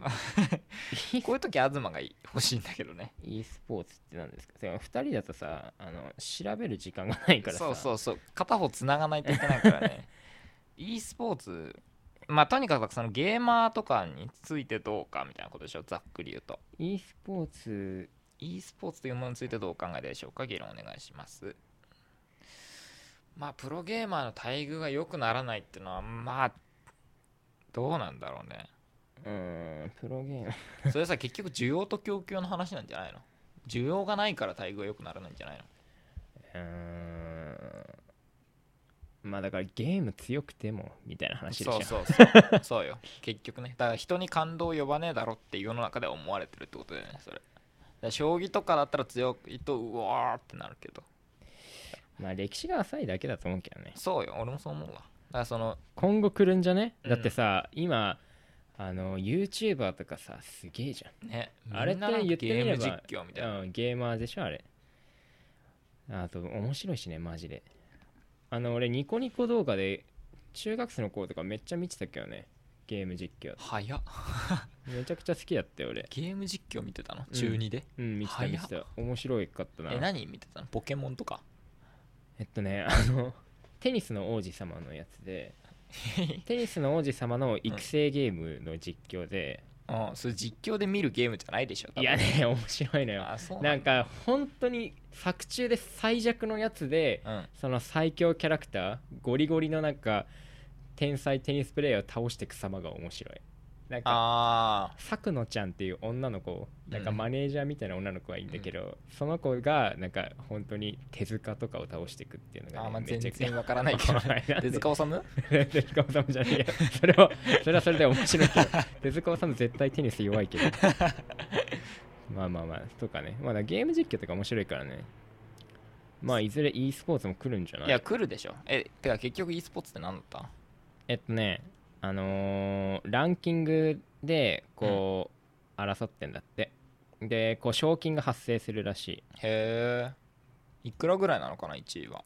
Speaker 1: と こういう時東が欲しいんだけどね。
Speaker 2: e スポーツって何ですかでも2人だとさあの調べる時間がないからさ
Speaker 1: そうそうそう。片方繋がないといけないからね。e スポーツ、まあとにかくそのゲーマーとかについてどうかみたいなことでしょ、ざっくり言うと。
Speaker 2: e スポーツ
Speaker 1: e スポーツというものについてどうお考えでしょうか議論お願いしますまあプロゲーマーの待遇が良くならないっていうのはまあどうなんだろうね
Speaker 2: うーんプロゲーム
Speaker 1: それさ結局需要と供給の話なんじゃないの需要がないから待遇が良くならないんじゃないの
Speaker 2: うーんまあだからゲーム強くてもみたいな話でしょ
Speaker 1: そうそう そうそうよ結局ねだから人に感動を呼ばねえだろって世の中では思われてるってことだよねそれだから将棋とかだったら強いとうわーってなるけど
Speaker 2: まあ歴史が浅いだけだと思うけどね
Speaker 1: そうよ俺もそう思うわだからその
Speaker 2: 今後来るんじゃね
Speaker 1: うん
Speaker 2: だってさ、今あの YouTuber とかさすげえじゃん
Speaker 1: ね
Speaker 2: あれっ
Speaker 1: みん
Speaker 2: て
Speaker 1: ななんか
Speaker 2: 言ってみれば
Speaker 1: ゲーム実況みたいな
Speaker 2: うん、ゲーマーでしょあれあと面白いしねマジであの俺ニコニコ動画で中学生の頃とかめっちゃ見てたけどねゲーム実況
Speaker 1: 早っ
Speaker 2: めちゃくちゃ好きだったよ俺
Speaker 1: ゲーム実況見てたの
Speaker 2: ん
Speaker 1: 中2で、
Speaker 2: うん見てた
Speaker 1: 早っ
Speaker 2: 見てた面白いかったな
Speaker 1: え何見てたのポケモンとか
Speaker 2: えっとねあのテニスの王子様のやつ でテニスの王子様の育成ゲームの実況で、
Speaker 1: うんそれ実況で見るゲームじゃないでしょ多分
Speaker 2: いやね面白いのよ
Speaker 1: あそう
Speaker 2: な
Speaker 1: なんんだ
Speaker 2: か本当に作中で最弱のやつで、
Speaker 1: うん
Speaker 2: その最強キャラクターゴリゴリのなんか天才テニスプレーヤーを倒していく様が面白いなんか
Speaker 1: あ
Speaker 2: さくのちゃんっていう女の子なんか
Speaker 1: うん
Speaker 2: マネージャーみたいな女の子がいいんだけど、その子がなんか本当に手塚とかを倒していくっていうの
Speaker 1: ー
Speaker 2: が、ね
Speaker 1: あーまあ
Speaker 2: め
Speaker 1: 全
Speaker 2: ちゃくちゃ
Speaker 1: 然わから ないけど手塚治虫
Speaker 2: 手塚治虫じゃねえよそれはそれはそれで面白 いけど手塚治虫絶対テニス弱いけどまあまあまあとかねまあだからゲーム実況とか面白いからねまあいずれ e スポーツも来るんじゃない
Speaker 1: いや来るでしょえてか結局 e スポーツって何だった
Speaker 2: えっとねああのーランキングでこう、争ってんだってでこう賞金が発生するらし。
Speaker 1: へえいくらぐらいなのかな1位は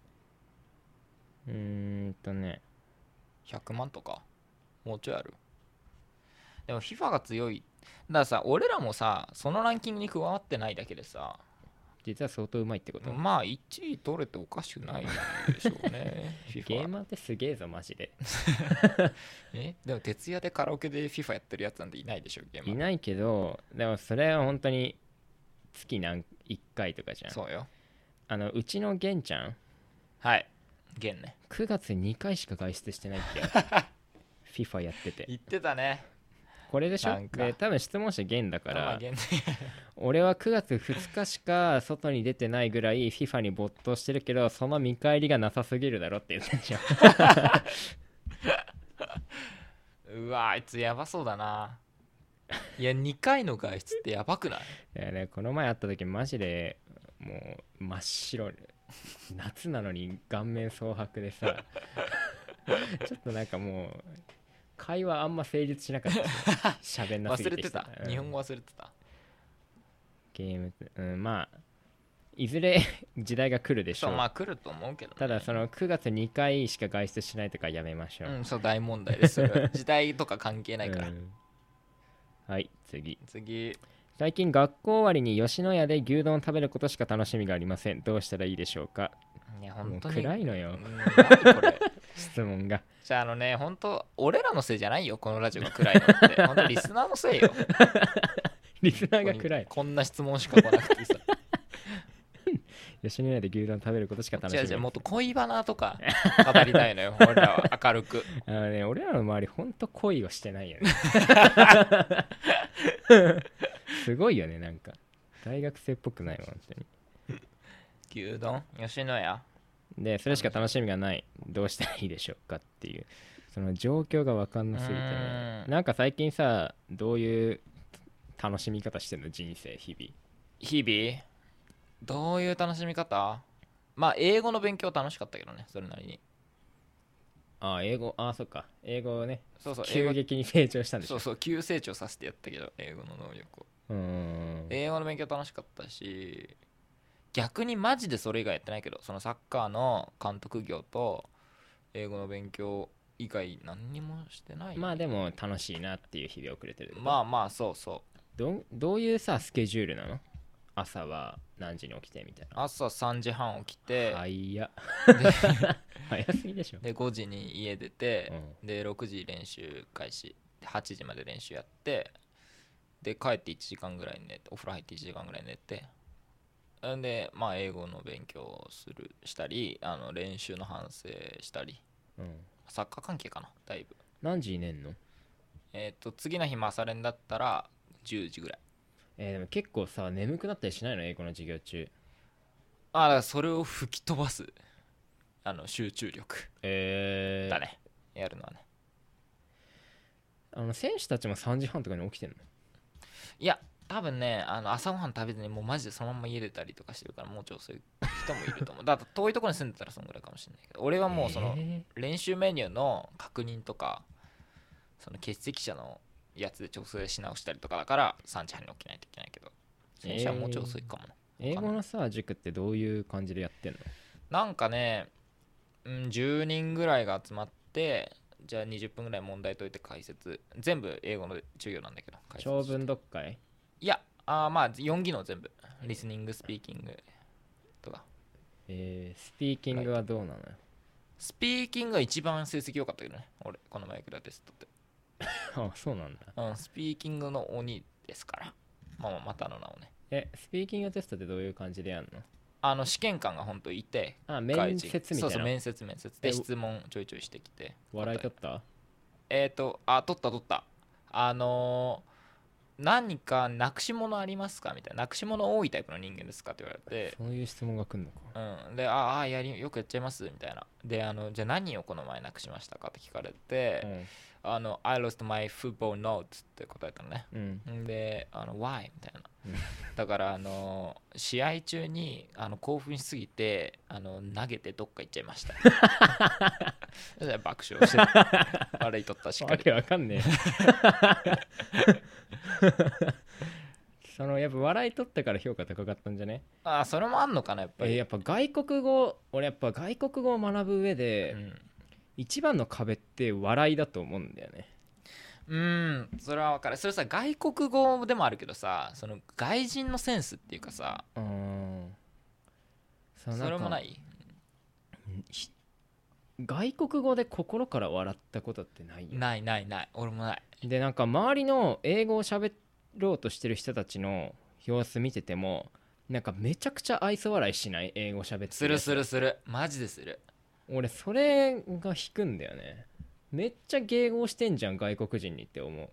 Speaker 1: い
Speaker 2: うーんとね、
Speaker 1: 100万とかもうちょいあるでも FIFA が強いだからさ俺らもさそのランキングに加わってないだけでさ
Speaker 2: 実は相当うまいってこと。
Speaker 1: まあ1位取れておかしくないでしょう ね
Speaker 2: ゲー
Speaker 1: FIFA
Speaker 2: マーってすげえぞ、マジで。
Speaker 1: えでも徹夜でカラオケで FIFA やってるやつなんていないでしょゲーム
Speaker 2: いないけど、でもそれは本当に月何1回とかじゃん。
Speaker 1: そうよ
Speaker 2: あのうちのゲンちゃん、
Speaker 1: はいゲンね
Speaker 2: 9月2回しか外出してないってよ。FIFA やってて。
Speaker 1: 言ってたね
Speaker 2: これでしょ
Speaker 1: なんか
Speaker 2: で多分質問者ゲンだか
Speaker 1: まあ
Speaker 2: ら、
Speaker 1: ゲンね
Speaker 2: 俺は9月2日しか外に出てないぐらい FIFA に没頭してるけど、その見返りがなさすぎるだろって言ってた じゃん。
Speaker 1: うわあいつやばそうだないや2回の外出ってやばくない
Speaker 2: いやね、この前会った時マジでもう真っ白夏なのに顔面蒼白でさちょっとなんかもう会話あんま成立しなかったですよ喋ん なすぎ
Speaker 1: 忘れ
Speaker 2: て
Speaker 1: て
Speaker 2: き
Speaker 1: た
Speaker 2: うん
Speaker 1: 日本語忘れてた
Speaker 2: ゲームってうんまあいずれ 時代が来るでし
Speaker 1: そ
Speaker 2: ょ
Speaker 1: う
Speaker 2: う
Speaker 1: まあ来ると思うけどね
Speaker 2: ただその9月2回しか外出しないとかやめましょう、
Speaker 1: うんそう大問題ですそれ は時代とか関係ないから
Speaker 2: うんはい次
Speaker 1: 次
Speaker 2: 最近学校終わりに吉野家で牛丼を食べることしか楽しみがありませんどうしたらいいでしょ うか
Speaker 1: いや
Speaker 2: も
Speaker 1: 本
Speaker 2: う
Speaker 1: 当に
Speaker 2: 暗いのよ
Speaker 1: うん何これ
Speaker 2: 質問が
Speaker 1: じゃああのね本当俺らのせいじゃないよこのラジオが暗いのっ て本当リスナーのせいよ
Speaker 2: リスナーが暗い
Speaker 1: こんな質問しか来なくてさ
Speaker 2: 吉野家で牛丼食べることしか 楽し
Speaker 1: じゃ
Speaker 2: み
Speaker 1: あじゃあもっと恋バナと か
Speaker 2: あ
Speaker 1: 語りたいのよ俺らは明るく
Speaker 2: のね俺らの周りほんと恋をしてないよ ねすごいよねなんか大学生っぽくないわ本当
Speaker 1: 牛丼吉野家
Speaker 2: にでそれしか楽しみがないどうしたらいいでしょうかっていうその状況が分かんなすぎてね
Speaker 1: うん
Speaker 2: なんか最近さどういう楽しみ方してんの人生日々
Speaker 1: 日々どういう楽しみ方まあ英語の勉強楽しかったけどねそれなりに
Speaker 2: ああ英語ああそっか英語をね
Speaker 1: そうそう英
Speaker 2: 急
Speaker 1: 語
Speaker 2: 激に成長したんでし
Speaker 1: そ
Speaker 2: ょ
Speaker 1: うそう急成長させてやったけど英語の能力を
Speaker 2: うーん
Speaker 1: 英語の勉強楽しかったし逆にマジでそれ以外やってないけどそのサッカーの監督業と英語の勉強以外何にもしてない
Speaker 2: ま
Speaker 1: ま
Speaker 2: あでも楽しいなっていう日々をくれてる
Speaker 1: あまあそうそう
Speaker 2: どんどういうさスケジュールなの朝は何時に起きてみたいな
Speaker 1: 朝3時半起きて、
Speaker 2: 早 っ
Speaker 1: で
Speaker 2: 早すぎでしょ
Speaker 1: で5時に家出て、で6時練習開始で8時まで練習やってで帰って1時間ぐらい寝てお風呂入って1時間ぐらい寝てんでまあ英語の勉強をするしたりあの練習の反省したり
Speaker 2: うん
Speaker 1: サッカー関係かなだいぶ
Speaker 2: 何時に寝んの
Speaker 1: えっ、と次の日も朝練だったら10時ぐらい
Speaker 2: えーでも結構さ眠くなったりしないの英語の授業中
Speaker 1: あだからそれを吹き飛ばすあの集中力
Speaker 2: えー
Speaker 1: だね、やるのはね
Speaker 2: あの選手たちも3時半とかに起きてんの
Speaker 1: いや多分ねあの朝ごはん食べずにもうマジでそのまま家出たりとかしてるからもうちょい遅い人もいると 思うだって遠いところに住んでたらそのぐらいかもしれないけど俺はもうその
Speaker 2: え
Speaker 1: 練習メニューの確認とかその欠席者のやつで調整し直したりとかだから3時半に起きないといけないけど選手はもうちょい遅いかもね、
Speaker 2: ー英語のさ塾ってどういう感じでやってんの
Speaker 1: なんかね、うん、10人ぐらいが集まってじゃあ20分ぐらい問題解いて解説全部英語の授業なんだけど解説
Speaker 2: 長文読解
Speaker 1: いやあーまあ4技能全部リスニングスピーキングとか
Speaker 2: えースピーキングはどうなのよ
Speaker 1: スピーキングが一番成績良かったけどね俺この前クラテストって、
Speaker 2: あそうなんだ
Speaker 1: うん、スピーキングの鬼ですからまあまあまたの名をね
Speaker 2: えスピーキングテストってどういう感じでやんの
Speaker 1: あの試験官が本当いて
Speaker 2: あ
Speaker 1: 外
Speaker 2: 面
Speaker 1: 人
Speaker 2: 接みたいな
Speaker 1: そうそう面接面接で
Speaker 2: え
Speaker 1: 質問ちょいちょいしてきて
Speaker 2: 笑い取った
Speaker 1: えっ、と、あ、取った取った。あのー何かなくし物ありますかみたいな。なくし物多いタイプの人間ですかって言われて、
Speaker 2: そういう質問が来るのか
Speaker 1: うん。で、ああ、やり、よくやっちゃいますみたいな。で、あの、じゃあ何をこの前なくしましたかって聞かれて、
Speaker 2: うん
Speaker 1: あの I lost my football notes って答えたのね
Speaker 2: うん
Speaker 1: であの Why? みたいなだからあの試合中にあの興奮しすぎてあの投げてどっか行っちゃいましたそ したら爆笑してた悪いとったしっか
Speaker 2: わ
Speaker 1: り
Speaker 2: けわかんねえそのやっぱ笑い取ったから評価高かったんじゃね
Speaker 1: あそれもあんのかなやっぱ
Speaker 2: え
Speaker 1: り、
Speaker 2: ーやっぱ外国語俺やっぱ外国語を学ぶ上で、一番の壁って笑いだと思うんだよね
Speaker 1: うん、うん、それは分かるそれさ外国語でもあるけどさその外人のセンスっていうかさ
Speaker 2: うんそのん
Speaker 1: そ
Speaker 2: か
Speaker 1: れもない
Speaker 2: 外国語で心から笑ったことってないよ
Speaker 1: ないないない俺もない
Speaker 2: でなんか周りの英語を喋ろうとしてる人たちの様子見ててもなんかめちゃくちゃ愛想笑いしない英語喋ってやつ
Speaker 1: するするするマジでする
Speaker 2: 俺それが引くんだよねめっちゃ迎合してんじゃん外国人にって思う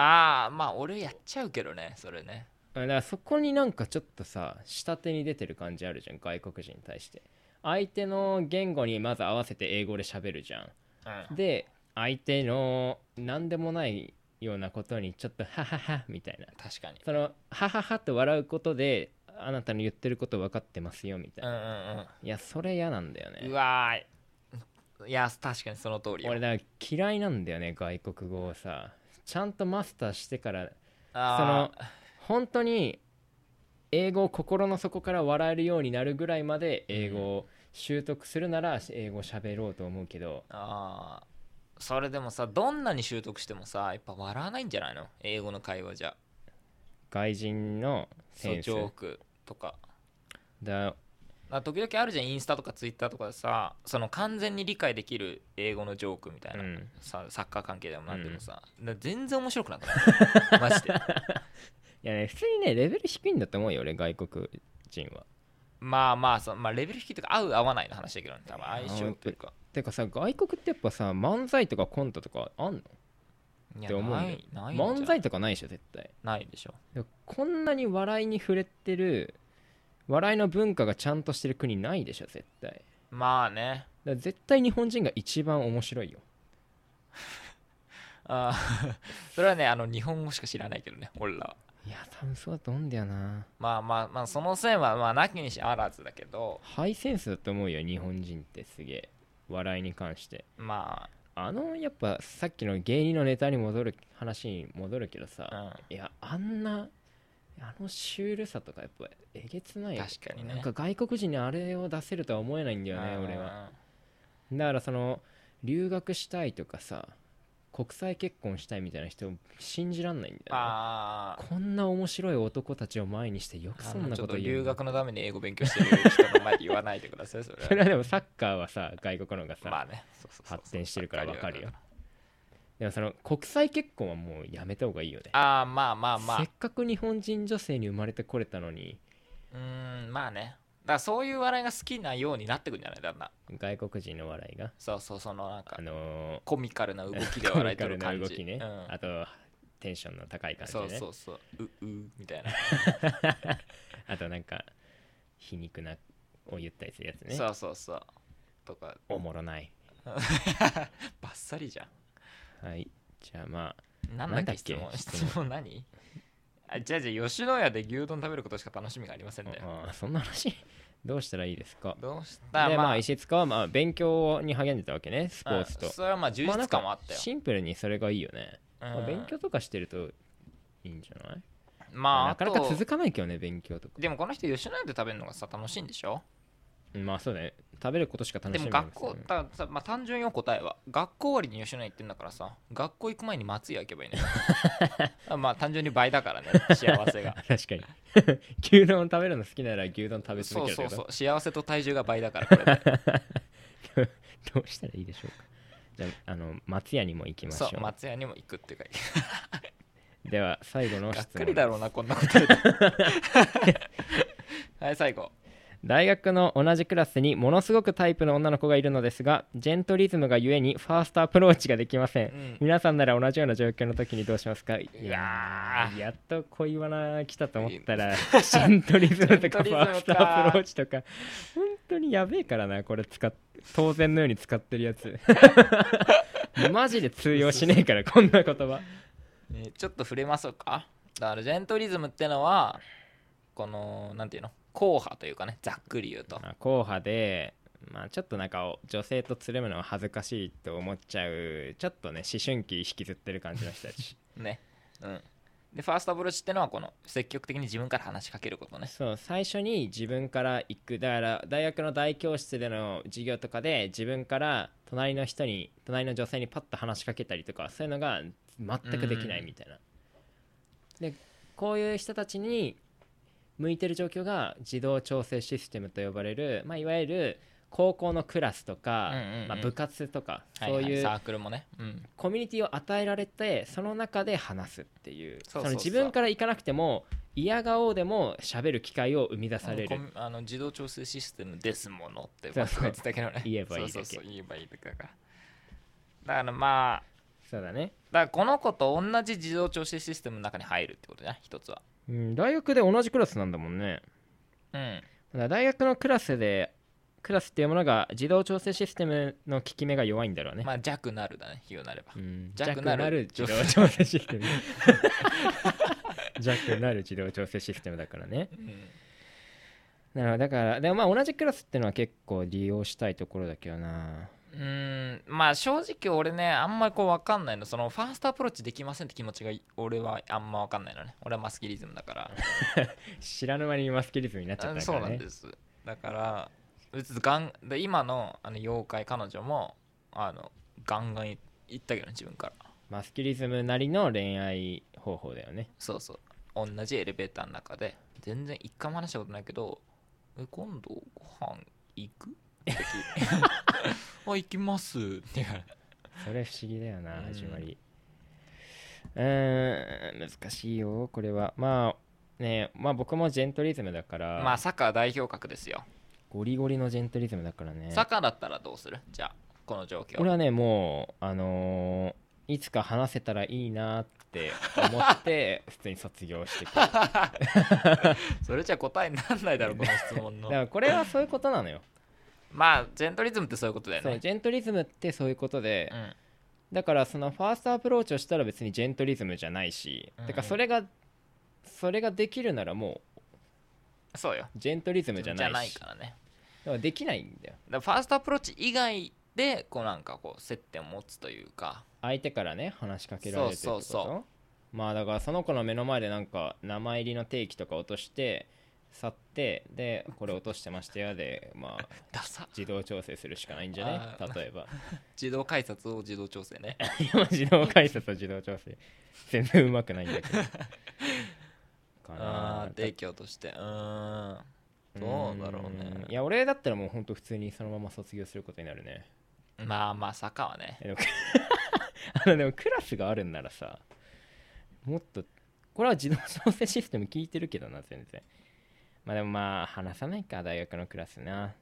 Speaker 1: ああまあ俺やっちゃうけどねそれね
Speaker 2: あだからそこになんかちょっとさ下手に出てる感じあるじゃん外国人に対して相手の言語にまず合わせて英語で喋るじゃん
Speaker 1: うん
Speaker 2: で相手の何でもないようなことにちょっとハハハみたいな
Speaker 1: 確かに
Speaker 2: そのハハハって笑うことであなたの言ってること分かってますよみたいうな、
Speaker 1: んうんうん
Speaker 2: いやそれ嫌なんだよ
Speaker 1: う
Speaker 2: ね
Speaker 1: わーいいや確かにその通りよ
Speaker 2: 俺だから嫌いなんだよね外国語をさちゃんとマスターしてからその
Speaker 1: あ
Speaker 2: 本当に英語を心の底から笑えるようになるぐらいまで英語を習得するなら英語喋ろうと思うけど
Speaker 1: ーあーそれでもさどんなに習得してもさやっぱ笑わないんじゃないの英語の会話じゃ
Speaker 2: 外人の
Speaker 1: そ
Speaker 2: セ
Speaker 1: う
Speaker 2: ン
Speaker 1: ジ
Speaker 2: ス
Speaker 1: ョークとか
Speaker 2: だ
Speaker 1: あ時々あるじゃんインスタとかツイッターとかでさその完全に理解できる英語のジョークみたいうな、
Speaker 2: ん
Speaker 1: さサッカー関係でもなんでもさ、だ全然面白くなく ないマジで
Speaker 2: いやね普通にねレベル低いんだと思うよ俺外国人は
Speaker 1: まあまあその、まあ、レベル引きとか合う合わないの話だけどね多分相性というか
Speaker 2: てかさ外国ってやっぱさ漫才とかコントとかあんの
Speaker 1: いや
Speaker 2: って思うんだ
Speaker 1: な
Speaker 2: よ
Speaker 1: いないんじゃない
Speaker 2: 漫才とかないでしょ絶対
Speaker 1: ないでしょ
Speaker 2: でもこんなに笑いに触れてる笑いの文化がちゃんとしてる国ないでしょ絶対だか
Speaker 1: まあね
Speaker 2: ら絶対日本人が一番面白いよ
Speaker 1: あー それはねあの日本語しか知らないけどね俺らはい
Speaker 2: や多分そうだと思うんだよな
Speaker 1: まあまあまあその線はまあなきにしあらずだけど
Speaker 2: ハイセンスだと思うよ日本人ってすげえ笑いに関して
Speaker 1: ま
Speaker 2: あのやっぱさっきの芸人のネタに戻る話に戻るけどさ、
Speaker 1: あ、
Speaker 2: いやあんなあのシュールさとかやっぱえげつないよ
Speaker 1: 確かにね
Speaker 2: なんか外国人にあれを出せるとは思えないんだ
Speaker 1: うん、
Speaker 2: よね
Speaker 1: うん
Speaker 2: 俺はだからその留学したいとかさ国際結婚したいみたいな人信じらんないんだよね、
Speaker 1: ああ
Speaker 2: こんな面白い男たちを前にしてよくそんな
Speaker 1: ちょ
Speaker 2: こ
Speaker 1: っと
Speaker 2: と
Speaker 1: 留
Speaker 2: 言うな
Speaker 1: 学のために英語勉強してる人の前で言わないでくださいそれは
Speaker 2: そ れはでもサッカーはさ外国の方がさ、
Speaker 1: まあねそうそうそうそう
Speaker 2: 発展してるからわかるよ
Speaker 1: わ
Speaker 2: でもその国際結婚はもうやめた方がいいよね
Speaker 1: ああまあまあまあ
Speaker 2: せっかく日本人女性に生まれてこれたのに
Speaker 1: うーんまあねだからそういう笑いが好きなようになってくんじゃないだんだん
Speaker 2: 外国人の笑いが
Speaker 1: そうそうそのなんか
Speaker 2: あの
Speaker 1: コミカルな動きで
Speaker 2: ー、コ
Speaker 1: 笑
Speaker 2: ミ
Speaker 1: いと
Speaker 2: カル
Speaker 1: る
Speaker 2: な
Speaker 1: 感
Speaker 2: 動
Speaker 1: じ
Speaker 2: きね、
Speaker 1: うん
Speaker 2: あとテンションの高い感じね
Speaker 1: そうそうそうううみたいな
Speaker 2: あとなんか皮肉なを言ったりするやつね
Speaker 1: そうそうそうとか
Speaker 2: おもろない
Speaker 1: バッサリじゃん
Speaker 2: はいじゃあまあ
Speaker 1: なん
Speaker 2: な
Speaker 1: だっ
Speaker 2: んだっ
Speaker 1: け質
Speaker 2: け
Speaker 1: 問
Speaker 2: 質問
Speaker 1: 質問何あじゃあじゃあ吉野家で牛丼食べることしか楽しみがありませんね。
Speaker 2: あーそんな話 どうしたらいいですか
Speaker 1: どうした
Speaker 2: でまあ石塚はまあ勉強に励んでたわけねスポーツと
Speaker 1: うんそれはまあ充
Speaker 2: まあなん
Speaker 1: 実
Speaker 2: か
Speaker 1: 感もあったよ。
Speaker 2: シンプルにそれがいいよね、ま
Speaker 1: う
Speaker 2: あ、
Speaker 1: ん
Speaker 2: 勉強とかしてるといいんじゃない
Speaker 1: まあ
Speaker 2: なかなか
Speaker 1: あと
Speaker 2: 続かないけどね勉強とか
Speaker 1: でもこの人吉野家で食べるのがさ楽しいんでしょ
Speaker 2: まあそうだね食べることしか楽
Speaker 1: で
Speaker 2: し
Speaker 1: も
Speaker 2: みない
Speaker 1: 学校だからさまあ単純よ答えは学校終わりに吉野家行ってんだからさ学校行く前に松屋行けばいいね まあ単純に倍だからね幸せが
Speaker 2: 確かに 牛丼食べるの好きなら牛丼 食べ
Speaker 1: そ
Speaker 2: 続
Speaker 1: う
Speaker 2: ける
Speaker 1: そ
Speaker 2: と
Speaker 1: う
Speaker 2: か
Speaker 1: そう幸せと体重が倍だ からこれで
Speaker 2: どうしたらいいでしょうかじゃああの松屋にも行きましょ
Speaker 1: そうう松屋にも行くっていうか
Speaker 2: では最後の
Speaker 1: がっ
Speaker 2: 質
Speaker 1: か
Speaker 2: 問
Speaker 1: りだろうなこんなこと ではい最後
Speaker 2: 大学の同じクラスにものすごくタイプの女の子がいるのですがジェントリズムがゆえにファーストアプローチができません、
Speaker 1: うん
Speaker 2: 皆さんなら同じような状況の時にどうしますかい
Speaker 1: や
Speaker 2: ーやっと恋バナ来たと思ったらジェントリズムとか
Speaker 1: ジェントリ
Speaker 2: ファ
Speaker 1: ズムか
Speaker 2: ーストアプローチとか 本当にやべえからなこれ使っ当然のように使ってるやつマジで通用しねえからこんな言葉
Speaker 1: ねちょっと触れましょうかだからジェントリズムってのはこのなんていうの硬派というかねざっくり言うと
Speaker 2: まあ硬派で、まあ、ちょっとなんかお女性とつるむのは恥ずかしいと思っちゃうちょっとね思春期引きずってる感じの人たち
Speaker 1: ねうんでファーストアプローチってのはこの積極的に自分から話しかけることね
Speaker 2: そう最初に自分から行くだから大学の大教室での授業とかで自分から隣の人に隣の女性にパッと話しかけたりとかそういうのが全くできないみたいなでこういう人たちに向いてる状況が自動調整システムと呼ばれる、まあ、いわゆる高校のクラスとか、
Speaker 1: うんうんうん
Speaker 2: まあ、部活とか
Speaker 1: はい
Speaker 2: そ
Speaker 1: は
Speaker 2: う
Speaker 1: い
Speaker 2: いう
Speaker 1: サークルもねうん
Speaker 2: コミュニティを与えられてその中で話すっていう
Speaker 1: そ
Speaker 2: そう
Speaker 1: そうそう
Speaker 2: の自分から行かなくても嫌顔でも喋る機会を生み出され
Speaker 1: コ
Speaker 2: る
Speaker 1: ミあの自動調整システムですものって
Speaker 2: そう
Speaker 1: 僕は言ってたけどね
Speaker 2: 言えばいいだけ
Speaker 1: そうそうそう言えばいいだけだからだからまあ
Speaker 2: そうだね、
Speaker 1: だからこの子と同じ自動調整システムの中に入るってことじゃない一つは
Speaker 2: うん、大学で同じクラスなんだもんね
Speaker 1: うん
Speaker 2: だから大学のクラスでクラスっていうものが自動調整システムの効き目が弱いんだろうね、
Speaker 1: まあ弱なるだね言うなれば
Speaker 2: うん
Speaker 1: 弱
Speaker 2: 弱
Speaker 1: な
Speaker 2: な
Speaker 1: る
Speaker 2: る自動調整システム弱なる自動調整システム だからね
Speaker 1: うん
Speaker 2: なるほどだからでもまあ同じクラスっていうのは結構利用したいところだけどな
Speaker 1: うーんまあ正直俺ねあんまりこう分かんないのそのファーストアプローチできませんって気持ちが俺はあんま分かんないのね俺はマスキリズムだから
Speaker 2: 知らぬ間にマスキリズムになっちゃった
Speaker 1: あ
Speaker 2: か
Speaker 1: そう
Speaker 2: ら
Speaker 1: なん
Speaker 2: ね
Speaker 1: ですだから別にガンで今のあの妖怪彼女もあのガンガン言ったけどね自分から
Speaker 2: マスキリズムなりの恋愛方法だよね
Speaker 1: そうそう同じエレベーターの中で全然一回も話したことないけど「え今度ご飯行く?」って聞 いて「あ行きます」って言われて
Speaker 2: それ不思議だよな
Speaker 1: うん
Speaker 2: 始まりうーん難しいよこれはまあねまあ僕もジェントリズムだから、
Speaker 1: まあサッカー代表格ですよ
Speaker 2: ゴリゴリのジェントリズムだからね
Speaker 1: サッカーだったらどうするじゃあこの状況
Speaker 2: 俺はねもうあのーいつか話せたらいいなって思って 普通に卒業してくるだか
Speaker 1: それじゃ答えにならないだろうこの質問の
Speaker 2: らこれはそういうことなのよ
Speaker 1: まあジェントリズムってそういうことだよ
Speaker 2: そう
Speaker 1: ね
Speaker 2: ジェントリズムってそういうことで、
Speaker 1: うん
Speaker 2: だからそのファーストアプローチをしたら別にジェントリズムじゃないし、
Speaker 1: うん
Speaker 2: だからそれがそれができるならも
Speaker 1: そうよ
Speaker 2: うジェントリズムじ
Speaker 1: じ
Speaker 2: ゃ
Speaker 1: ゃ
Speaker 2: ないし
Speaker 1: ないからね
Speaker 2: だからできないんだよ
Speaker 1: だからファーストアプローチ以外でこうなんかこう接点を持つというか
Speaker 2: 相手からね話しかけられてるってこと
Speaker 1: そうそうそ
Speaker 2: まあだからその子の目の前でなんか名前入りの定期とか落として去ってでこれ落としてましたよでまあ
Speaker 1: ダサ
Speaker 2: 自動調整するしかないんじゃな
Speaker 1: あ
Speaker 2: い例えば
Speaker 1: 自動改札を自動調整ね
Speaker 2: 今自動改札は自動調整全然うまくないん だけどかな
Speaker 1: ああ提供としてうーんどうだろうね
Speaker 2: んいや俺だったらもうほんと普通にそのまま卒業することになるね
Speaker 1: まあまあ坂はね
Speaker 2: えでも あのでもクラスがあるんならさもっとこれは自動調整システム聞いてるけどな全然まあでもまあ話さないか大学のクラスな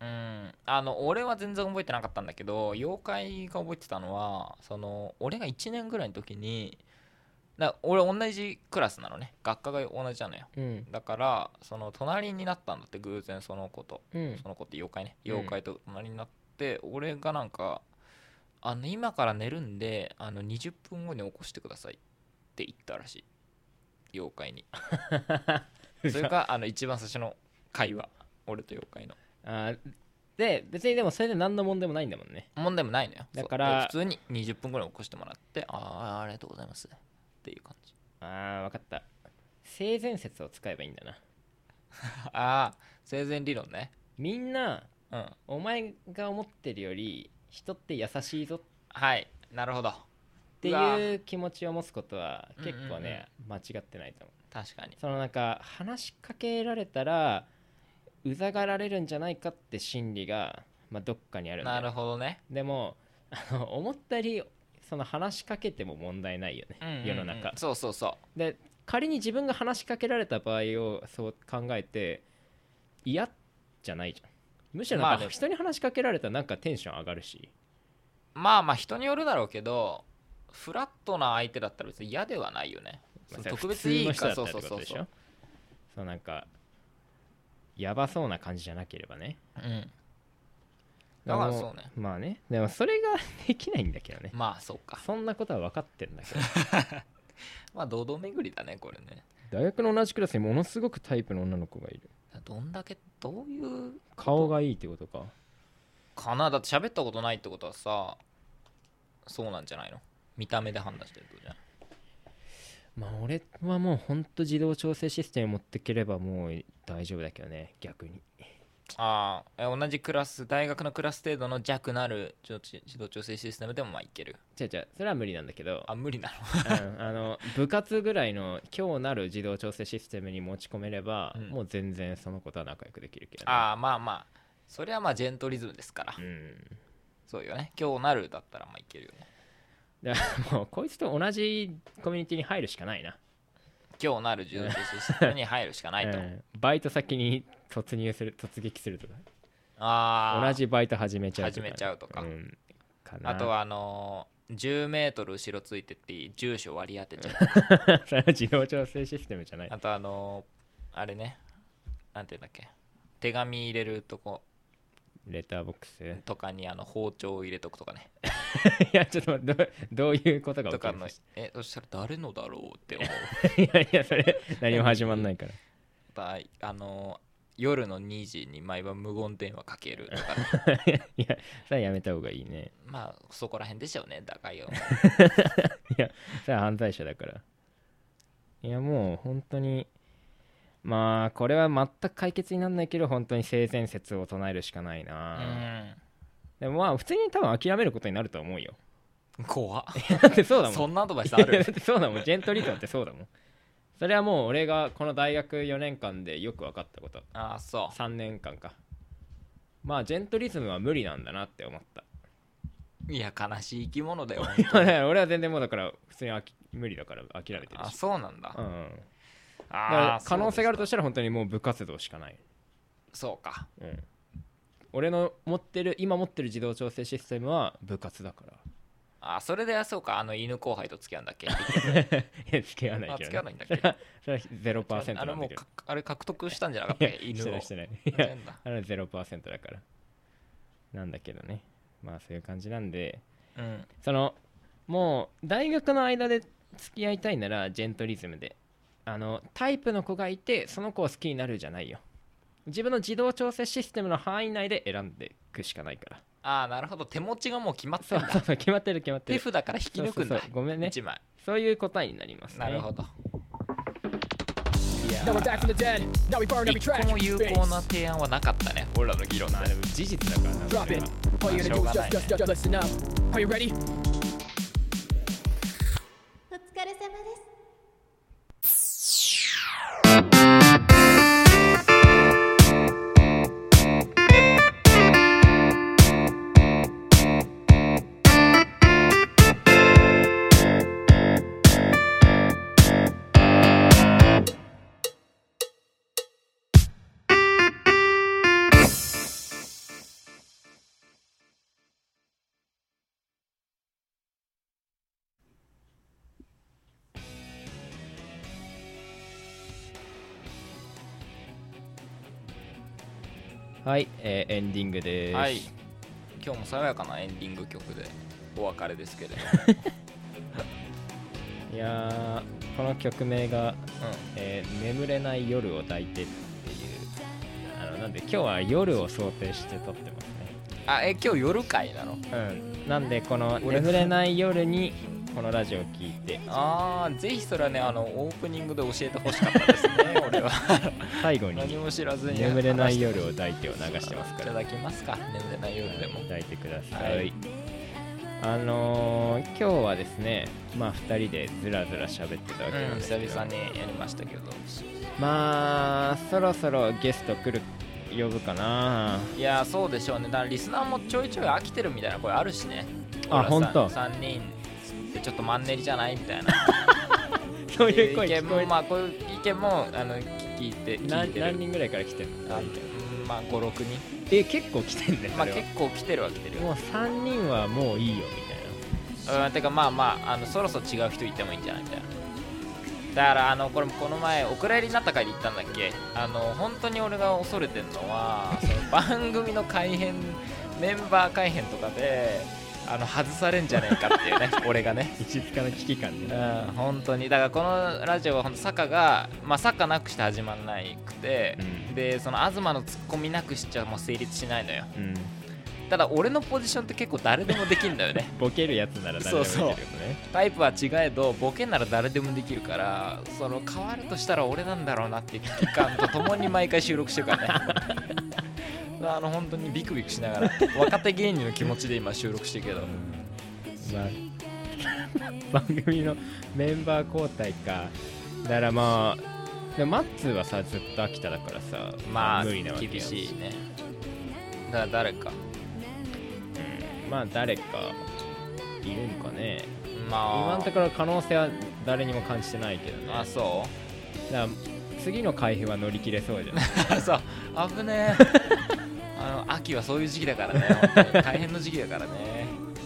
Speaker 1: うんあの俺は全然覚えてなかったんだけど妖怪が覚えてたのはその俺が1年ぐらいの時にだ俺同じクラスなのね学科が同じなのよ
Speaker 2: うん
Speaker 1: だからその隣になったんだって偶然その子と
Speaker 2: うん
Speaker 1: その子って妖怪ね
Speaker 2: うん
Speaker 1: 妖怪と隣になって、俺がなんかあの今から寝るんであの20分後に起こしてくださいって言ったらしい妖怪にそれがあの一番最初の会話俺と妖怪の
Speaker 2: あーで別にでもそれで何の問題もないんだもんね
Speaker 1: 問題もないのよ
Speaker 2: だから
Speaker 1: そうで普通に20分後に起こしてもらってああありがとうございますっていう感じ
Speaker 2: ああ分かった性善説を使えばいいんだな
Speaker 1: ああ生前理論ね
Speaker 2: みんな
Speaker 1: うん
Speaker 2: お前が思ってるより人って優しいぞっ
Speaker 1: はいなるほど
Speaker 2: って
Speaker 1: うわ
Speaker 2: いう気持ちを持つことは結構ね、間違ってないと思う
Speaker 1: 確かに
Speaker 2: そのなんか話しかけられたらうざがられるんじゃないかって心理が、まあ、どっかにあるんだ
Speaker 1: な
Speaker 2: よ
Speaker 1: るほどね
Speaker 2: でもあの思ったよりその話しかけても問題ないよね、
Speaker 1: うんうんうん
Speaker 2: 世の中
Speaker 1: そうそうそう
Speaker 2: で仮に自分が話しかけられた場合をそう考えて嫌じゃないじゃんむしろ
Speaker 1: ま
Speaker 2: な
Speaker 1: あ
Speaker 2: ん
Speaker 1: ね
Speaker 2: か人に話しかけられたらなんかテンション上がるし、
Speaker 1: まあまあ人によるだろうけどフラットな相手だったら別に嫌ではないよね、
Speaker 2: ま
Speaker 1: そ
Speaker 2: あ
Speaker 1: の
Speaker 2: それは
Speaker 1: 特別いい
Speaker 2: 普通
Speaker 1: か
Speaker 2: の人
Speaker 1: そ
Speaker 2: だ
Speaker 1: う
Speaker 2: った
Speaker 1: そ
Speaker 2: ら
Speaker 1: う
Speaker 2: って
Speaker 1: そうそ
Speaker 2: ことでしょ
Speaker 1: う、
Speaker 2: そうなんかやばそうな感じじゃなければね
Speaker 1: うん、だから
Speaker 2: あの
Speaker 1: そうね
Speaker 2: まあねでもそれができないんだけどね
Speaker 1: まあそうか
Speaker 2: そんなことは分かってんだけど
Speaker 1: まあ堂々巡りだねこれね
Speaker 2: 大学の同じクラスにものすごくタイプの女の子がいる
Speaker 1: どんだけどういう
Speaker 2: 顔がいいってことか
Speaker 1: かなだって喋ったことないってことはさそうなんじゃないの見た目で判断してるってことじゃん
Speaker 2: まあ俺はもうほんと自動調整システム持ってければもう大丈夫だけどね逆に
Speaker 1: ああえ同じクラス大学のクラス程度の弱なるちょち自動調整システムでもまあいける
Speaker 2: 違う違うそれは無理なんだけど
Speaker 1: あ無理なの
Speaker 2: うんあの部活ぐらいの強なる自動調整システムに持ち込めれば、
Speaker 1: うん
Speaker 2: もう全然その子とは仲良くできるけどね、
Speaker 1: ああまあまあそれはまあジェントリズムですから、
Speaker 2: うん
Speaker 1: そうよね今日なるだったらまあいけるよね
Speaker 2: だ からもうこいつと同じコミュニティに入るしかないな、
Speaker 1: 今日なる自動調整システムに入るしかないと、
Speaker 2: うんバイト先に突入する突撃するとか
Speaker 1: ああ
Speaker 2: 同じバイト始めちゃうとかね、
Speaker 1: 始めちゃうとか
Speaker 2: んかな
Speaker 1: あとはあのー、10メートル後ろついてって住所割り当てちゃう
Speaker 2: それは 自動調整システムじゃない
Speaker 1: あとあのー、あれねなんていうんだっけ手紙入れるとこ
Speaker 2: レターボックス い
Speaker 1: とかにあの包丁を入れとくとかね
Speaker 2: やちょっと待ってどうどういうことが
Speaker 1: と
Speaker 2: 起き
Speaker 1: か
Speaker 2: る
Speaker 1: のえそしたら誰のだろうって思う
Speaker 2: いやいやそれ何も始まんないから
Speaker 1: またあの夜の2時に毎晩無言電話かけるとか
Speaker 2: いやそれはやめた方がいいね
Speaker 1: まあそこら辺でしょうねだからよ
Speaker 2: それは犯罪者だからいやもう本当にまあこれは全く解決にならないけど本当に性善説を唱えるしかないうな、
Speaker 1: ん
Speaker 2: でもまあ普通に多分諦めることになると思う よ
Speaker 1: 怖 っ
Speaker 2: だってそうだも
Speaker 1: そ
Speaker 2: ん
Speaker 1: んなアドバイスあ
Speaker 2: いや
Speaker 1: る
Speaker 2: だって そうだもんジェントリズムってそうだもんそれはもう俺がこの大学4年間でよく分かったこと
Speaker 1: ああそ
Speaker 2: 3年間かまあジェントリズムは無理なんだなって思った
Speaker 1: ういや悲しい生き物だよ
Speaker 2: だから俺は全然もうだから普通にあき無理だから諦めてる
Speaker 1: あ
Speaker 2: し
Speaker 1: そうなんだ、
Speaker 2: うんだか
Speaker 1: あ
Speaker 2: ら
Speaker 1: あ
Speaker 2: 可能性があると
Speaker 1: し
Speaker 2: したら本当にもう部活動しかない、
Speaker 1: そうか
Speaker 2: うん、俺の持ってる今持ってる自動調整システムは部活だから
Speaker 1: あそれでそうかあの犬後輩と付き合うんだっけ
Speaker 2: いや付き合わない
Speaker 1: あ
Speaker 2: け
Speaker 1: 付
Speaker 2: ど、
Speaker 1: き合わ、ない
Speaker 2: ね
Speaker 1: んだっけ
Speaker 2: それは
Speaker 1: あ
Speaker 2: 0%
Speaker 1: れ
Speaker 2: なん
Speaker 1: も
Speaker 2: だ
Speaker 1: う
Speaker 2: けど
Speaker 1: かあれ獲得したんじゃなかっ
Speaker 2: い
Speaker 1: た
Speaker 2: や
Speaker 1: っけ
Speaker 2: して
Speaker 1: 犬
Speaker 2: な
Speaker 1: を
Speaker 2: いしてないいや
Speaker 1: なんだ
Speaker 2: あれは0%だからなんだけどねまあそういう感じなんで
Speaker 1: うん
Speaker 2: そのもう大学の間で付き合いたいならジェントリズムであのタイプの子がいてその子を好きになるじゃないよ自分の自動調整システムの範囲内で選んでいくしかないから
Speaker 1: ああなるほど手持ちがもう決まって
Speaker 2: そ
Speaker 1: ん
Speaker 2: う
Speaker 1: だ
Speaker 2: そうそう決まってる決まって
Speaker 1: 手
Speaker 2: る
Speaker 1: 札から引き抜くんだ
Speaker 2: そうそうそうごめんね
Speaker 1: 一枚
Speaker 2: そういう答えになりますね
Speaker 1: なるほど
Speaker 3: Now we're back from the dead. Now we burn every
Speaker 1: 一
Speaker 3: track.
Speaker 1: 個も有
Speaker 3: Face.
Speaker 1: 効な提案はなかったね俺らの議論で
Speaker 2: 事実だからな
Speaker 3: Drop
Speaker 2: それ
Speaker 3: it.
Speaker 2: は
Speaker 3: All you gotta do is just, just, just listen up. Are you ready?
Speaker 4: お疲れ様です。
Speaker 2: はい、えーエンディングです、
Speaker 1: はい今日も爽やかなエンディング曲でお別れですけ れども、
Speaker 2: いやーこの曲名が、
Speaker 1: う
Speaker 2: えー眠れない夜を抱いて」っていうあのなんで今日は夜を想定して撮ってますね
Speaker 1: ん、あえ今日夜会なの
Speaker 2: うん、なんでこの
Speaker 1: 俺
Speaker 2: 眠れない夜にこのラジオを聞いて
Speaker 1: あーぜひそれはねあのオープニングで教えてほしかったですね俺は
Speaker 2: 最後に
Speaker 1: 何も知らずに
Speaker 2: 眠れない夜を抱いてを流してますか
Speaker 1: い
Speaker 2: ら
Speaker 1: ただきますか眠れない夜でも
Speaker 2: 抱いてください、
Speaker 1: はい
Speaker 2: あのー今日はですねまあ2人でずらずら喋ってたわけなん
Speaker 1: うん
Speaker 2: ですけ
Speaker 1: 久
Speaker 2: ど、
Speaker 1: 々にやりましたけど
Speaker 2: まあそろそろゲスト来る呼ぶ かない
Speaker 1: やーそうでしょうねだからリスナーもちょいちょい飽きてるみたいな声あるしね
Speaker 2: あ
Speaker 1: ほ
Speaker 2: ほ
Speaker 1: ら
Speaker 2: んと
Speaker 1: さ3人でちょっとマンネリじゃないみたいな
Speaker 2: そう いう声
Speaker 1: 意見
Speaker 2: 聞こ
Speaker 1: も
Speaker 2: え
Speaker 1: まあこういう意見もあの聞いて聞い
Speaker 2: 何
Speaker 1: てる
Speaker 2: 何人ぐらいから来てんの
Speaker 1: あうんまあ56人
Speaker 2: え結構来てんだよ、
Speaker 1: まあ
Speaker 2: それ
Speaker 1: 結
Speaker 2: は
Speaker 1: 構来てるは来てるよ
Speaker 2: もう3人はもういいよみたいな
Speaker 1: うんてかまあまああのそろそろ違う人いてもいいんじゃないみたいなだからあのこれもこの前お蔵入りになった回で言ったんだっけあの本当に俺が恐れてるのはその番組の改編メンバー改編とかであの外されんじゃねえかっていう ね俺がね
Speaker 2: 一塚の危機感
Speaker 1: う
Speaker 2: ね
Speaker 1: ん本当にだからこのラジオは本当坂がまあ坂なくして始まらないくて、
Speaker 2: うん
Speaker 1: でその東のツッコミなくしちゃもう成立しないのよ
Speaker 2: うん
Speaker 1: ただ俺のポジションって結構誰でもできるんだよね
Speaker 2: ボケるやつなら誰でもいけるよね
Speaker 1: タイプは違えどボケなら誰でもできるからその変わるとしたら俺なんだろうなっていう危機感とともに毎回収録してるからね あの本当にビクビクしながら若手芸人の気持ちで今収録してるけど
Speaker 2: まあ 番組のメンバー交代かだからまあでもマッツーはさずっと秋田だからさ
Speaker 1: まあ
Speaker 2: 無理なわけよ
Speaker 1: 厳しいねだから誰か
Speaker 2: まあ誰かいるんかね今
Speaker 1: まあ
Speaker 2: のところ可能性は誰にも感じてないけどね
Speaker 1: あそ
Speaker 2: だから次の回避は乗り切れそうじゃん
Speaker 1: う そう危ね えあの秋はそういう時期だからね本当に大変の時期だからね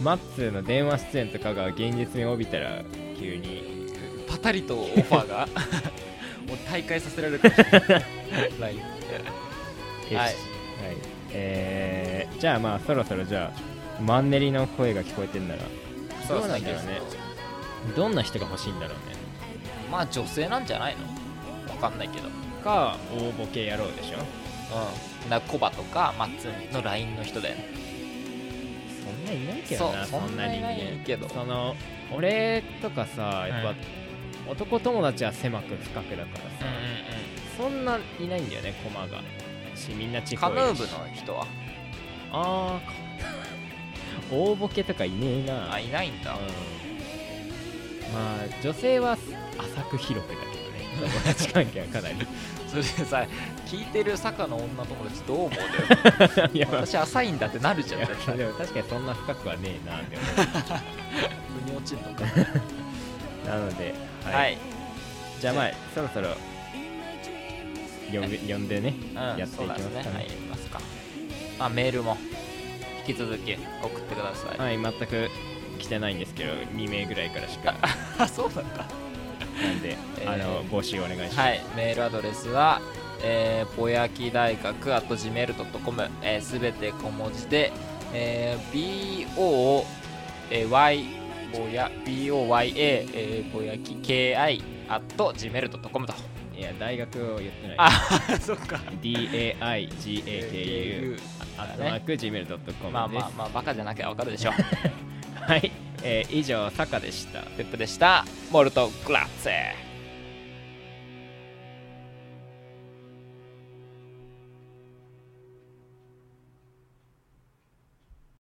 Speaker 2: マッツーの電話出演とかが現実に帯びたら急に
Speaker 1: パタリとオファー がもう大会させられるかもしれない LINE
Speaker 2: え
Speaker 1: はい
Speaker 2: えーじゃあまあそろそろじゃあマンネリの声が聞こえてんならどうなんだろうねどんな人が欲しいんだろうね
Speaker 1: まあ女性なんじゃないのわかんないけどうん
Speaker 2: か大ボケ野郎でしょ
Speaker 1: なコバとかマッツンの LINE の人だよね
Speaker 2: そんないないけどな
Speaker 1: そう
Speaker 2: そんな人
Speaker 1: そんないない
Speaker 2: 間
Speaker 1: けど
Speaker 2: その俺とかさやっぱ、
Speaker 1: うん
Speaker 2: 男友達は狭く深くだからさ、そんないないんだよね駒がしみんな地方
Speaker 1: カ
Speaker 2: い
Speaker 1: ヌ
Speaker 2: る
Speaker 1: ー
Speaker 2: し
Speaker 1: 部の人は
Speaker 2: ああ 大ボケとかいねえな
Speaker 1: あいないんだ
Speaker 2: うんまあ女性は浅く広くだけどね友達関係は かなり
Speaker 1: それでさ聞いてる坂の女友達どう思うんだよ
Speaker 2: いやまあ
Speaker 1: 私浅いんだってなるじゃん
Speaker 2: いや
Speaker 1: 絶対
Speaker 2: でも確かにそんな深くはねえなって思
Speaker 1: 腑に落ちんのか
Speaker 2: うなのではい、
Speaker 1: はい
Speaker 2: じゃあまあそろそろ呼ぶ呼んでね、
Speaker 1: うん
Speaker 2: やっていきます
Speaker 1: そう
Speaker 2: か
Speaker 1: だねはい
Speaker 2: ね
Speaker 1: やりますかあメールも引き続き送ってください、
Speaker 2: はい、全く来てないんですけど2名ぐらいから しか
Speaker 1: あそうなんだ
Speaker 2: なんで、
Speaker 1: えー
Speaker 2: あの募集お願いします、
Speaker 1: はい、メールアドレスは、えー、ぼやき大学 at gmail.com す、えー、べ、て小文字で、えー、BOY ぼや BOYA、えー、ぼやき KI at gmail.com と
Speaker 2: いや大学を言ってない
Speaker 1: あそっか
Speaker 2: DAIGAKU アットマーク Gmail.com です、
Speaker 1: まあまあまあバカじゃなきゃわかるでしょ
Speaker 2: はい、えー以上、坂でした。
Speaker 1: ペップでしたモルトグラッツェ